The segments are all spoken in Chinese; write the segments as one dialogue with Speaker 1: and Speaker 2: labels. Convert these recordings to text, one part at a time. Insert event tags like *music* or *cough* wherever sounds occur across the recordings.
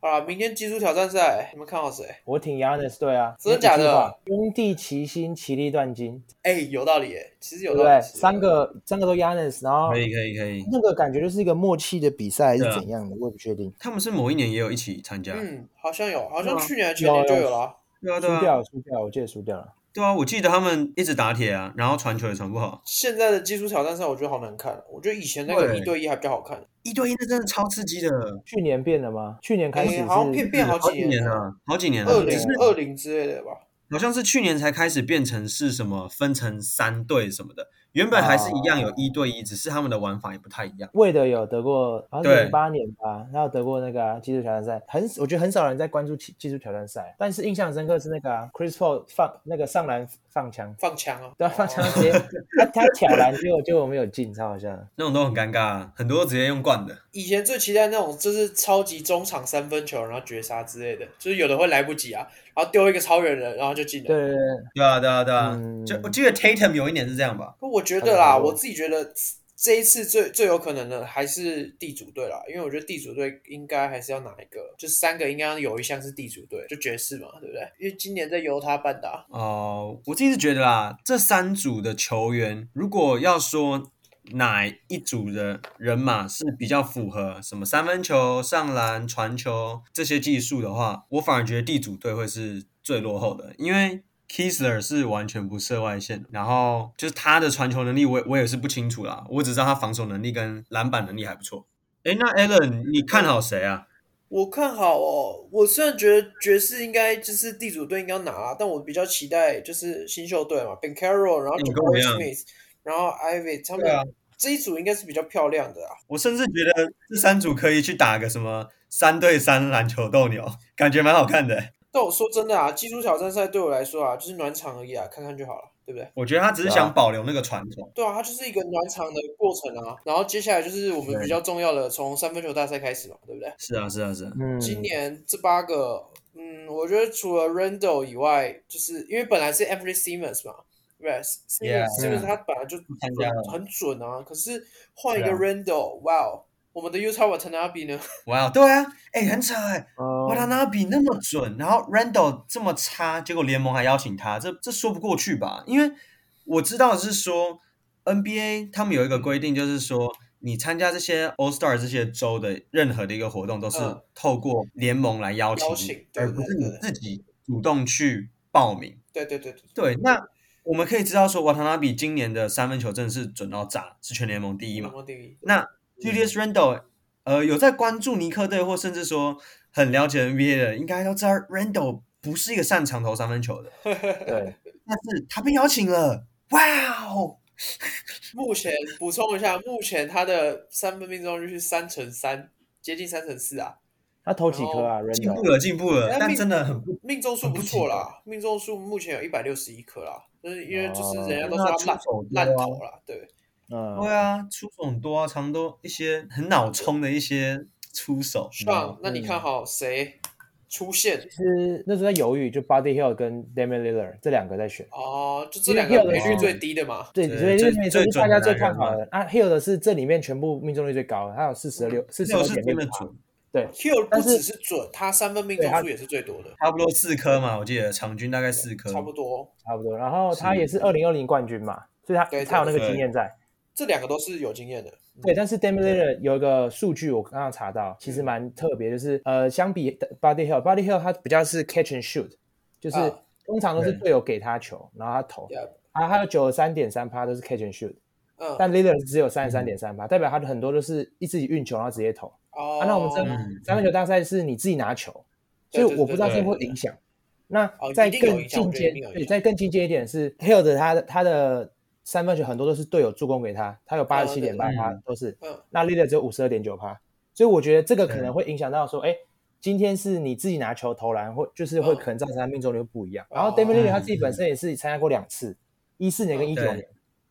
Speaker 1: 好了，明天基础挑战赛，你们看好谁？
Speaker 2: 我挺 Yanis，对
Speaker 1: 嗯
Speaker 2: 啊，
Speaker 1: 真的假的
Speaker 2: 一句话？兄弟齐心，其利断金，
Speaker 1: 哎、有道理耶，其实有
Speaker 2: 对
Speaker 1: 道
Speaker 2: 不
Speaker 1: 理。
Speaker 2: 对？
Speaker 1: 其实有
Speaker 2: 三
Speaker 1: 道理
Speaker 2: 个三个都 Yanis，然后
Speaker 3: 可以可以可以，
Speaker 2: 那个感觉就是一个默契的比赛还是
Speaker 3: 对啊
Speaker 2: 怎样的，我也不确定。
Speaker 3: 他们是某一年也有一起参加，
Speaker 1: 嗯，好像有，好像
Speaker 3: 对啊
Speaker 1: 去年还前年就有了啊。
Speaker 3: 对啊
Speaker 2: 输
Speaker 3: 对
Speaker 2: 掉
Speaker 3: 啊
Speaker 2: 了，输掉了，我记得输掉了。
Speaker 3: 对啊，我记得他们一直打铁啊，然后传球也传不好，
Speaker 1: 现在的基础挑战赛我觉得好难看，我觉得以前那个
Speaker 3: 对
Speaker 1: 一对一还比较好看。
Speaker 3: 一对一那真的超刺激的，
Speaker 2: 去年变了吗？去年开始
Speaker 1: 哎
Speaker 2: 是
Speaker 1: 好像变变好
Speaker 3: 好
Speaker 1: 几
Speaker 3: 几
Speaker 1: 年
Speaker 3: 年
Speaker 1: 了
Speaker 3: 了，好几年
Speaker 1: 二
Speaker 3: 了，
Speaker 1: 零
Speaker 2: 啊
Speaker 3: 只是
Speaker 1: 二零之类的吧。
Speaker 3: 好像是去年才开始变成是什么分成三队什么的，原本还是一样有一对一，只是他们的玩法也不太一样。
Speaker 2: 魏德有得过，好像
Speaker 3: 对
Speaker 2: 零八年吧，然后得过那个啊、技术挑战赛，很我觉得很少人在关注技技术挑战赛，但是印象深刻是那个、啊、Chris Paul 放那个上篮放枪，
Speaker 1: 放枪啊！
Speaker 2: 对啊，放枪直接他他挑篮，结果结果没有进，超好笑的。
Speaker 3: 那种都很尴尬、啊，很多都直接用灌的。
Speaker 1: 以前最期待那种就是超级中场三分球，然后绝杀之类的，就是有的会来不及啊，然后丢一个超远人，然后就进了。
Speaker 2: 对对对，
Speaker 3: 对啊，对啊，对啊，
Speaker 2: 嗯
Speaker 3: 就我记得 Tatum 有一年是这样吧？
Speaker 1: 可我觉得啦，
Speaker 2: 很难过
Speaker 1: 我自己觉得这一次最最有可能的还是地主队啦，因为我觉得地主队应该还是要拿一个，就三个应该有一项是地主队，就爵士嘛，对不对？因为今年在犹他办的啊、
Speaker 3: 哦、我自己是觉得啦，这三组的球员，如果要说哪一组的人马是比较符合什么三分球、上篮、传球这些技术的话，我反而觉得地主队会是最落后的，因为 Kisler 是完全不涉外线，然后就是他的传球能力我，我也是不清楚啦，我只知道他防守能力跟篮板能力还不错。诶，那 Allen，你看好谁啊？
Speaker 1: 我看好哦，我虽然觉得爵士应该就是地主队应该要拿啦，但我比较期待就是新秀队嘛，Ben Carroll，然后
Speaker 3: 嗯跟我
Speaker 1: Jabari
Speaker 3: 一样
Speaker 1: Smith，然后 Ivy，他
Speaker 3: 对啊
Speaker 1: 们这一组应该是比较漂亮的啊。
Speaker 3: 我甚至觉得这三组可以去打个什么三对三篮球斗牛，感觉蛮好看的。欸
Speaker 1: 但我说真的啊，技术挑战赛对我来说啊，就是暖场而已啊，看看就好了，对不对？
Speaker 3: 我觉得他只是想保留那个传统。
Speaker 1: 对啊，它就是一个暖场的过程啊。然后接下来就是我们
Speaker 3: 对
Speaker 1: 比较重要的，从三分球大赛开始嘛，对不对？
Speaker 3: 是啊，是啊，是啊。
Speaker 2: 嗯，
Speaker 1: 今年这八个，嗯，我觉得除了 Randall 以外，就是因为本来是 Anthony Simmons 嘛，对不对
Speaker 3: Yeah，嗯
Speaker 1: ，Simmons 他本来就
Speaker 3: 参加了
Speaker 1: 很准啊，可是换一个
Speaker 3: 对啊
Speaker 1: Randall，哇哦，我们的 Utah Watanabe 呢？ *laughs*
Speaker 3: 哇、对啊，哎、很扯哎、
Speaker 2: 哦
Speaker 3: 瓦达纳比那么准，然后 Randall 这么差，结果联盟还邀请他，这这说不过去吧？因为我知道的是说 NBA 他们有一个规定，就是说你参加这些 All Star 这些州的任何的一个活动，都是
Speaker 1: 嗯
Speaker 3: 透过联盟来邀请你，
Speaker 1: 邀请对
Speaker 3: 而不是
Speaker 1: 对
Speaker 3: 你
Speaker 1: 对
Speaker 3: 自己主动去报名。
Speaker 1: 对对对对，
Speaker 3: 对，那我们可以知道说，瓦塔纳比今年的三分球真的是准到炸，是全联盟第一
Speaker 1: 联
Speaker 3: 嘛。
Speaker 1: 盟第一，
Speaker 3: 那 Julius Randle，呃，有在关注尼克队或甚至说很了解 NBA 的，人，应该都知道 Randle 不是一个擅长投三分球的，
Speaker 2: 对，
Speaker 3: 但是他被邀请了，哇哦！
Speaker 1: 目前补充一下，目前他的三分命中率是三乘三，接近三乘四啊，
Speaker 2: 他投几颗啊
Speaker 3: 进步
Speaker 2: ？Randall
Speaker 3: 了，进步了
Speaker 1: 哎，
Speaker 3: 但
Speaker 1: 命
Speaker 3: 真的很不
Speaker 1: 命中数不错啦，命中数目前有一百六十一颗啦，就是因
Speaker 2: 哦
Speaker 1: 为就是人家都说
Speaker 3: 那
Speaker 1: 他
Speaker 3: 出
Speaker 1: 烂
Speaker 3: 手多
Speaker 1: 烂
Speaker 3: 啊
Speaker 1: 头啦，对，
Speaker 3: 对
Speaker 2: 嗯，
Speaker 3: 啊，出手很多啊，常都一些很脑冲的一些出手。你知道
Speaker 1: 上
Speaker 3: 吗，
Speaker 1: 那
Speaker 2: 嗯
Speaker 1: 你看好谁出现？
Speaker 2: 其实那时候在犹豫，就 Buddy Hill 跟 Damian Lillard 这两个在选。
Speaker 1: 哦，就这两个赔率最低的嘛，
Speaker 2: 对，
Speaker 3: 对
Speaker 2: 所以
Speaker 3: 最
Speaker 2: 就是
Speaker 3: 最
Speaker 2: 就是大
Speaker 3: 准
Speaker 2: 家
Speaker 3: 的
Speaker 2: 最
Speaker 3: 男人
Speaker 2: 看好的啊，Hill 的是这里面全部命中率最高的，他有四十六四十
Speaker 3: 六
Speaker 2: 六
Speaker 3: 是
Speaker 2: 点
Speaker 3: 真
Speaker 2: 六
Speaker 3: 的准，
Speaker 1: Hill 不
Speaker 2: 但是
Speaker 1: 只是准，他三分命中数也是最多的，
Speaker 3: 差不多四颗嘛，我记得场均大概四颗，
Speaker 1: 差不多。
Speaker 2: 差不多。然后他
Speaker 3: 是
Speaker 2: 也是二零二零冠军嘛，所以他
Speaker 1: 对对
Speaker 2: 他有那个
Speaker 3: 对
Speaker 2: 经验在。
Speaker 1: 这两个都是有经验的，嗯
Speaker 2: 对，但是 d a m i l l a r 有一个数据我刚刚查到，其
Speaker 3: 嗯
Speaker 2: 实蛮特别，就是呃，相比 Body Hill，Body Hill 他比较是 catch and shoot，就是
Speaker 1: 啊
Speaker 2: 通常都是
Speaker 3: 对
Speaker 2: 队友给他球，然后他投
Speaker 1: Yeah
Speaker 2: 啊，他有九十三点三趴都是 catch and shoot，
Speaker 1: 嗯，
Speaker 2: 但 Lillard 只有三十三点三趴，代表他的很多都是一自己运球然后直接投。
Speaker 1: 哦
Speaker 2: 啊，，那我们这
Speaker 3: 嗯
Speaker 2: 三分球大赛是你自己拿球，
Speaker 1: 对
Speaker 2: 所
Speaker 1: 对
Speaker 2: 以
Speaker 1: 对
Speaker 2: 我不知道
Speaker 1: 对
Speaker 2: 这会不会影响。那
Speaker 1: 哦
Speaker 2: 在
Speaker 1: 一定有
Speaker 2: 更
Speaker 1: 影响
Speaker 2: 进
Speaker 1: 我觉得
Speaker 2: 阶
Speaker 1: 一定有，影
Speaker 2: 对，
Speaker 1: 响
Speaker 2: 在更进阶一点是 Hill 的他的他的三分球很多都是队友助攻给他，他有八十七点八趴都是，
Speaker 1: 嗯
Speaker 2: 那 l i l l a 只有五十二点九趴，所以我觉得这个可
Speaker 3: 对
Speaker 2: 能会影响到说，哎，今天是你自己拿球投篮，或就是会
Speaker 1: 嗯
Speaker 2: 可能造成他命中率不一样。
Speaker 1: 哦
Speaker 2: 然后 David l i l l a
Speaker 3: 嗯
Speaker 2: 他自己本身也是参加过两次，一四年跟
Speaker 1: 嗯
Speaker 2: 一九
Speaker 3: 对
Speaker 2: 年，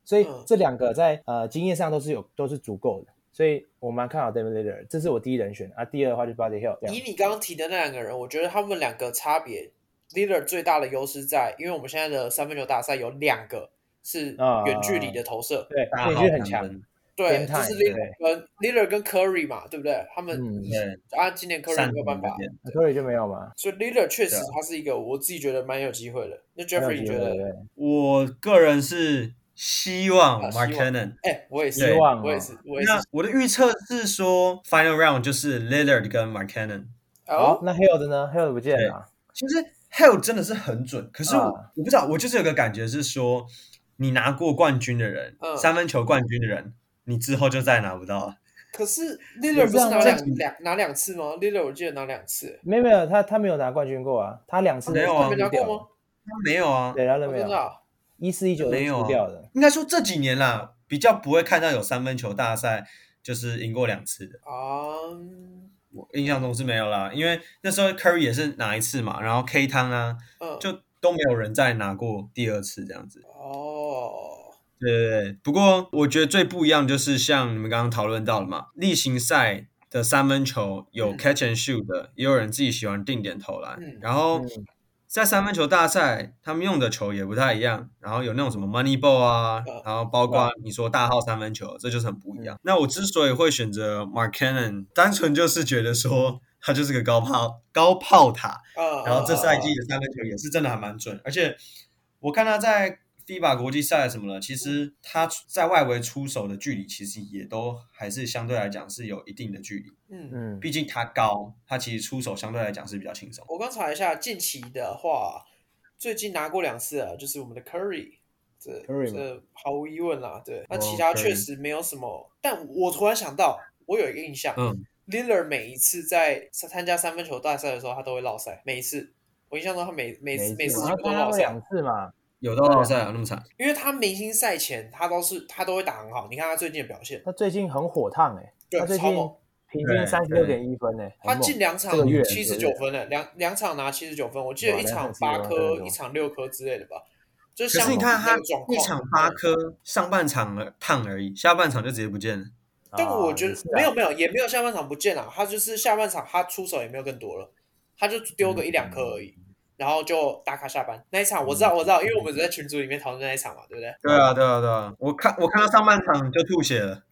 Speaker 2: 所以
Speaker 1: 嗯
Speaker 2: 这两个在呃经验上都是有都是足够的，所以我蛮看好 David l i l l a r 这是我第一人选啊。第二的话就是 Buddy Hill 这
Speaker 1: 以
Speaker 2: 样。
Speaker 1: 你刚刚提的那两个人，我觉得他们两个差别，leader 最大的优势在，因为我们
Speaker 2: 啊
Speaker 1: 现在的三分球大赛有两个是远距离的投射，
Speaker 2: 对，
Speaker 3: 大
Speaker 2: 远
Speaker 3: 号
Speaker 2: 距离很
Speaker 3: 三
Speaker 2: 强，
Speaker 3: 分
Speaker 1: 对，
Speaker 2: 边
Speaker 1: 就
Speaker 2: 探
Speaker 1: 是
Speaker 2: 对
Speaker 1: Lillard 跟呃 Lillard 跟 Curry 嘛，对不对？他们、
Speaker 2: 嗯
Speaker 3: 对，
Speaker 1: 啊，今年 Curry
Speaker 3: 上
Speaker 1: 没有办法，
Speaker 2: ，Curry 就没有嘛。
Speaker 1: 所以 Lillard 确实
Speaker 3: 对啊
Speaker 1: 他是一个我自己觉得蛮有机会的。那
Speaker 2: 没有
Speaker 1: Jeffrey 你
Speaker 2: 机
Speaker 1: 觉
Speaker 2: 会
Speaker 1: 得？
Speaker 2: 对
Speaker 3: 我个人是希望
Speaker 1: 啊希
Speaker 3: Mark
Speaker 1: 望
Speaker 3: Cannon。
Speaker 1: 哎、我也是，
Speaker 3: 希
Speaker 2: 望哦
Speaker 1: 我也是，我也是
Speaker 3: 那。我的预测是说，Final Round 就是 Lillard 跟 Mark Cannon。
Speaker 2: 好
Speaker 1: 哦，，
Speaker 2: 那 Hill 的呢？Hill 不见
Speaker 3: 对
Speaker 2: 了，
Speaker 3: 其实 Hell 真的是很准，可是我,、
Speaker 2: 啊
Speaker 3: 我不知道，我就是有个感觉是说，你拿过冠军的人，
Speaker 1: 嗯
Speaker 3: 三分球冠军的人，你之后就再也拿不到了。
Speaker 1: 可是 Lillard 不是
Speaker 2: 这样
Speaker 1: 拿
Speaker 2: 吗
Speaker 1: 两两拿两次吗？Lillard 我记得拿两次，
Speaker 2: 没有没有，他他没有拿冠军过啊，他两次
Speaker 3: 没有啊
Speaker 1: 他没拿过吗？哦
Speaker 3: 他没有啊，
Speaker 2: 对，他
Speaker 1: 我
Speaker 2: 都
Speaker 1: 不
Speaker 2: 没
Speaker 1: 知
Speaker 2: 有，
Speaker 1: 道。
Speaker 2: 一四一九
Speaker 3: 没有啊
Speaker 2: 输掉的。
Speaker 3: 应该说这几年啦，比较不会看到有三分球大赛就是赢过两次的，
Speaker 1: 啊，
Speaker 3: 我印象中是没有啦，因为那时候 Curry 也是拿一次嘛，然后 K 汤啊，
Speaker 1: 嗯，
Speaker 3: 就都没有人再拿过第二次这样子。
Speaker 1: 哦，
Speaker 3: 对对对，不过我觉得最不一样就是像你们刚刚讨论到的嘛，例行赛的三分球有 catch and shoot 的，也有人自己喜欢定点投篮。
Speaker 1: 嗯
Speaker 3: 然后在三分球大赛，他们用的球也不太一样，然后有那种什么 money ball 啊
Speaker 1: 嗯，
Speaker 3: 然后包括你说大号三分球，这就是很不一样。那我之所以会选择 Mark Cannon，单纯就是觉得说他就是个高炮高炮塔，
Speaker 1: 啊，
Speaker 3: 然后这
Speaker 1: 啊
Speaker 3: 赛季的三分球也是真的还蛮准，而且我看他在 FIBA 国际赛什么的，其实他在外围出手的距离其实也都还是相对来讲是有一定的距离，
Speaker 1: 嗯，
Speaker 2: 嗯，
Speaker 3: 毕竟他高，他其实出手相对来讲是比较轻松。
Speaker 1: 我刚查一下，近期的话，最近拿过两次啊，就是我们的 Curry，这
Speaker 2: Curry 嘛
Speaker 1: 这毫无疑问啦，对。那
Speaker 3: 哦
Speaker 1: 其他
Speaker 3: Curry
Speaker 1: 确实没有什么，但我突然想到，我有一个印象、
Speaker 3: 嗯，
Speaker 1: l i l l a r 每一次在参加三分球大赛的时候，他都会落赛，每一次。我印象中他每每次每
Speaker 2: 没
Speaker 1: 次
Speaker 2: 次啊
Speaker 1: 几
Speaker 2: 嘛，他
Speaker 1: 乎都
Speaker 2: 参加
Speaker 1: 落
Speaker 2: 过
Speaker 1: 赛
Speaker 2: 两，次嘛，
Speaker 3: 有到奥赛有那么惨？
Speaker 1: 因为他明星赛前他都是他都会打很好，你看他最近的表现，
Speaker 2: 他最近很火烫哎，
Speaker 1: 对
Speaker 2: 他最
Speaker 1: 超
Speaker 2: 近
Speaker 1: 猛
Speaker 2: 平
Speaker 3: 对
Speaker 2: 均三十六点一分哎，
Speaker 1: 他
Speaker 2: 很猛
Speaker 1: 近两场
Speaker 2: 这个月
Speaker 1: 七十九分了，两两场拿七十九分，我记得
Speaker 2: 哇
Speaker 1: 一场
Speaker 2: 两场
Speaker 1: 八
Speaker 2: 79分
Speaker 1: 颗，
Speaker 2: 对
Speaker 1: 一场六颗之类的吧。就
Speaker 3: 可
Speaker 1: 像
Speaker 3: 是你看
Speaker 1: 那
Speaker 3: 他
Speaker 1: 个状
Speaker 3: 一
Speaker 1: 况
Speaker 3: 场八颗，上半场了烫而已，下半场就直接不见了。
Speaker 1: 但我
Speaker 2: 啊
Speaker 1: 觉得
Speaker 2: 也是啊
Speaker 1: 没有没有，也没有下半场不见了，他就是下半场他出手也没有更多了，他就丢
Speaker 2: 嗯
Speaker 1: 个一两颗而已，然后就打卡下班。那一场我知道我知道，
Speaker 2: 嗯
Speaker 1: 因为我们在群组里面讨论那一场嘛，对不对？
Speaker 3: 对啊，对啊，对啊！我看我看他上半场就吐血了。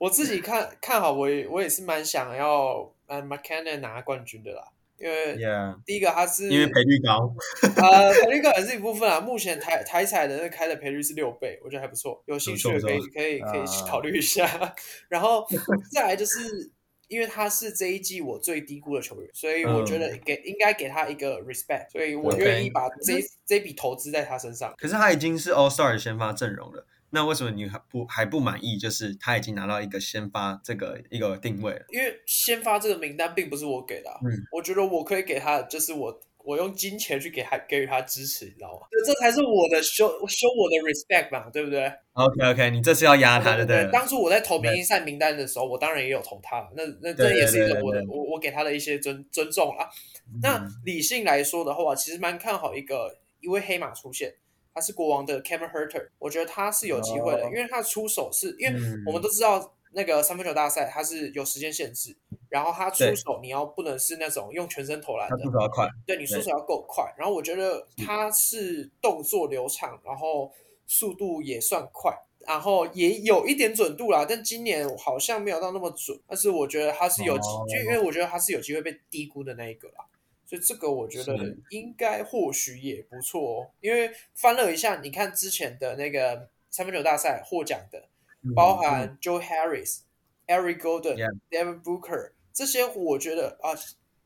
Speaker 1: 我自己看看好，我也我也是蛮想要呃 McKenna 拿冠军的啦，因为
Speaker 3: Yeah，
Speaker 1: 第一个他是
Speaker 3: 因为赔率高。
Speaker 1: 呃，赔率高也是一部分啊。目前台台彩的那开的赔率是六倍，我觉得还不错，有兴趣的
Speaker 3: 不错
Speaker 1: 可以
Speaker 3: 不
Speaker 1: 可以可以
Speaker 2: 啊
Speaker 1: 考虑一下。 *laughs* 然后再来就是。因为他是这一季我最低估的球员，所以我
Speaker 3: 嗯
Speaker 1: 觉得给、应该给他一个 respect，所以我
Speaker 2: OK
Speaker 1: 愿意把这这笔投资在他身上。
Speaker 3: 可是他已经是 All Star 的先发阵容了，那为什么你还不还不满意？就是他已经拿到一个先发这个一个定位了。
Speaker 1: 因为先发这个名单并不是我给的啊、
Speaker 3: 嗯
Speaker 1: 我觉得我可以给他，就是我我用金钱去给他给予他支持，你知道吗？对，这才是我的修修我的 respect 嘛，对不对？
Speaker 3: OK OK，你这次要压啊他，对
Speaker 1: 对
Speaker 3: 不对？
Speaker 1: 当初我在投明星赛名单的时候，我当然也有投他，那那这
Speaker 3: 对对
Speaker 1: 也是一种
Speaker 3: 对
Speaker 1: 我的
Speaker 3: 对
Speaker 1: 我我给他的一些尊尊重啦。
Speaker 3: 嗯
Speaker 1: 那理性来说的话，其实蛮看好一个一位黑马出现，他是国王的 Cameron Herter，我觉得他是有机会的，
Speaker 2: 哦
Speaker 1: 因为他的出手是因为
Speaker 3: 嗯
Speaker 1: 我们都知道那个三分球大赛它是有时间限制，然后他出
Speaker 3: 对
Speaker 1: 手你要不能是那种用全身投篮
Speaker 3: 他
Speaker 1: 的
Speaker 3: 出，手要快，
Speaker 1: 对你速手要够快，然后我觉得
Speaker 3: 嗯
Speaker 1: 他是动作流畅，然后速度也算快，然后也有一点准度啦，但今年好像没有到那么准，但是我觉得他是有机，
Speaker 3: 哦
Speaker 1: 就因为我觉得他是有机会被低估的那一个啦，所以这个我觉得
Speaker 3: 是
Speaker 1: 应该或许也不错哦，因为翻了一下，你看之前的那个三分球大赛获奖的，包含 Joe Harris、Eric Golden、
Speaker 3: 嗯 Yeah.
Speaker 1: Devin Booker 这些，我觉得啊，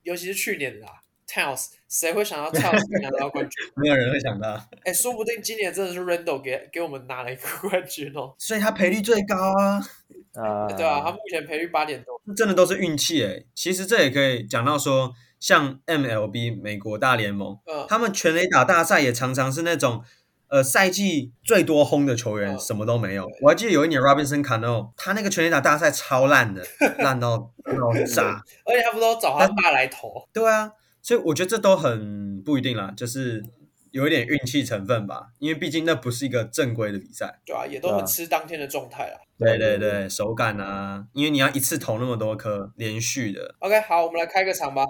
Speaker 1: 尤其是去年的啦，Towns，谁会想到 Towns 拿到冠军？
Speaker 3: *laughs* 没有人会想到，
Speaker 1: 哎，说不定今年真的是 Randall 给给我们拿了一个冠军
Speaker 3: *laughs*
Speaker 1: 哦。
Speaker 3: 所以他赔率最高啊，
Speaker 2: 啊，
Speaker 1: 对啊，他目前赔率八点多，
Speaker 3: 这真的都是运气诶。其实这也可以讲到说，像 MLB 美国大联盟，
Speaker 1: 嗯，
Speaker 3: 他们全垒打大赛也常常是那种，呃，赛季最多轰的球员
Speaker 1: 嗯
Speaker 3: 什么都没有。我还记得有一年 Robinson Cano，他那个全垒打大赛超烂 *laughs* 的，烂到烂到炸。
Speaker 1: 而且他不都找他爸来投，
Speaker 3: 对啊，所以我觉得这都很不一定啦，就是有一点运气成分吧，因为毕竟那不是一个正规的比赛。
Speaker 1: 对啊，也都
Speaker 2: 对啊
Speaker 1: 很吃当天的状态啊。
Speaker 3: 对对对，手感啊，因为你要一次投那么多颗，连续的。
Speaker 1: OK，好，我们来开个场吧。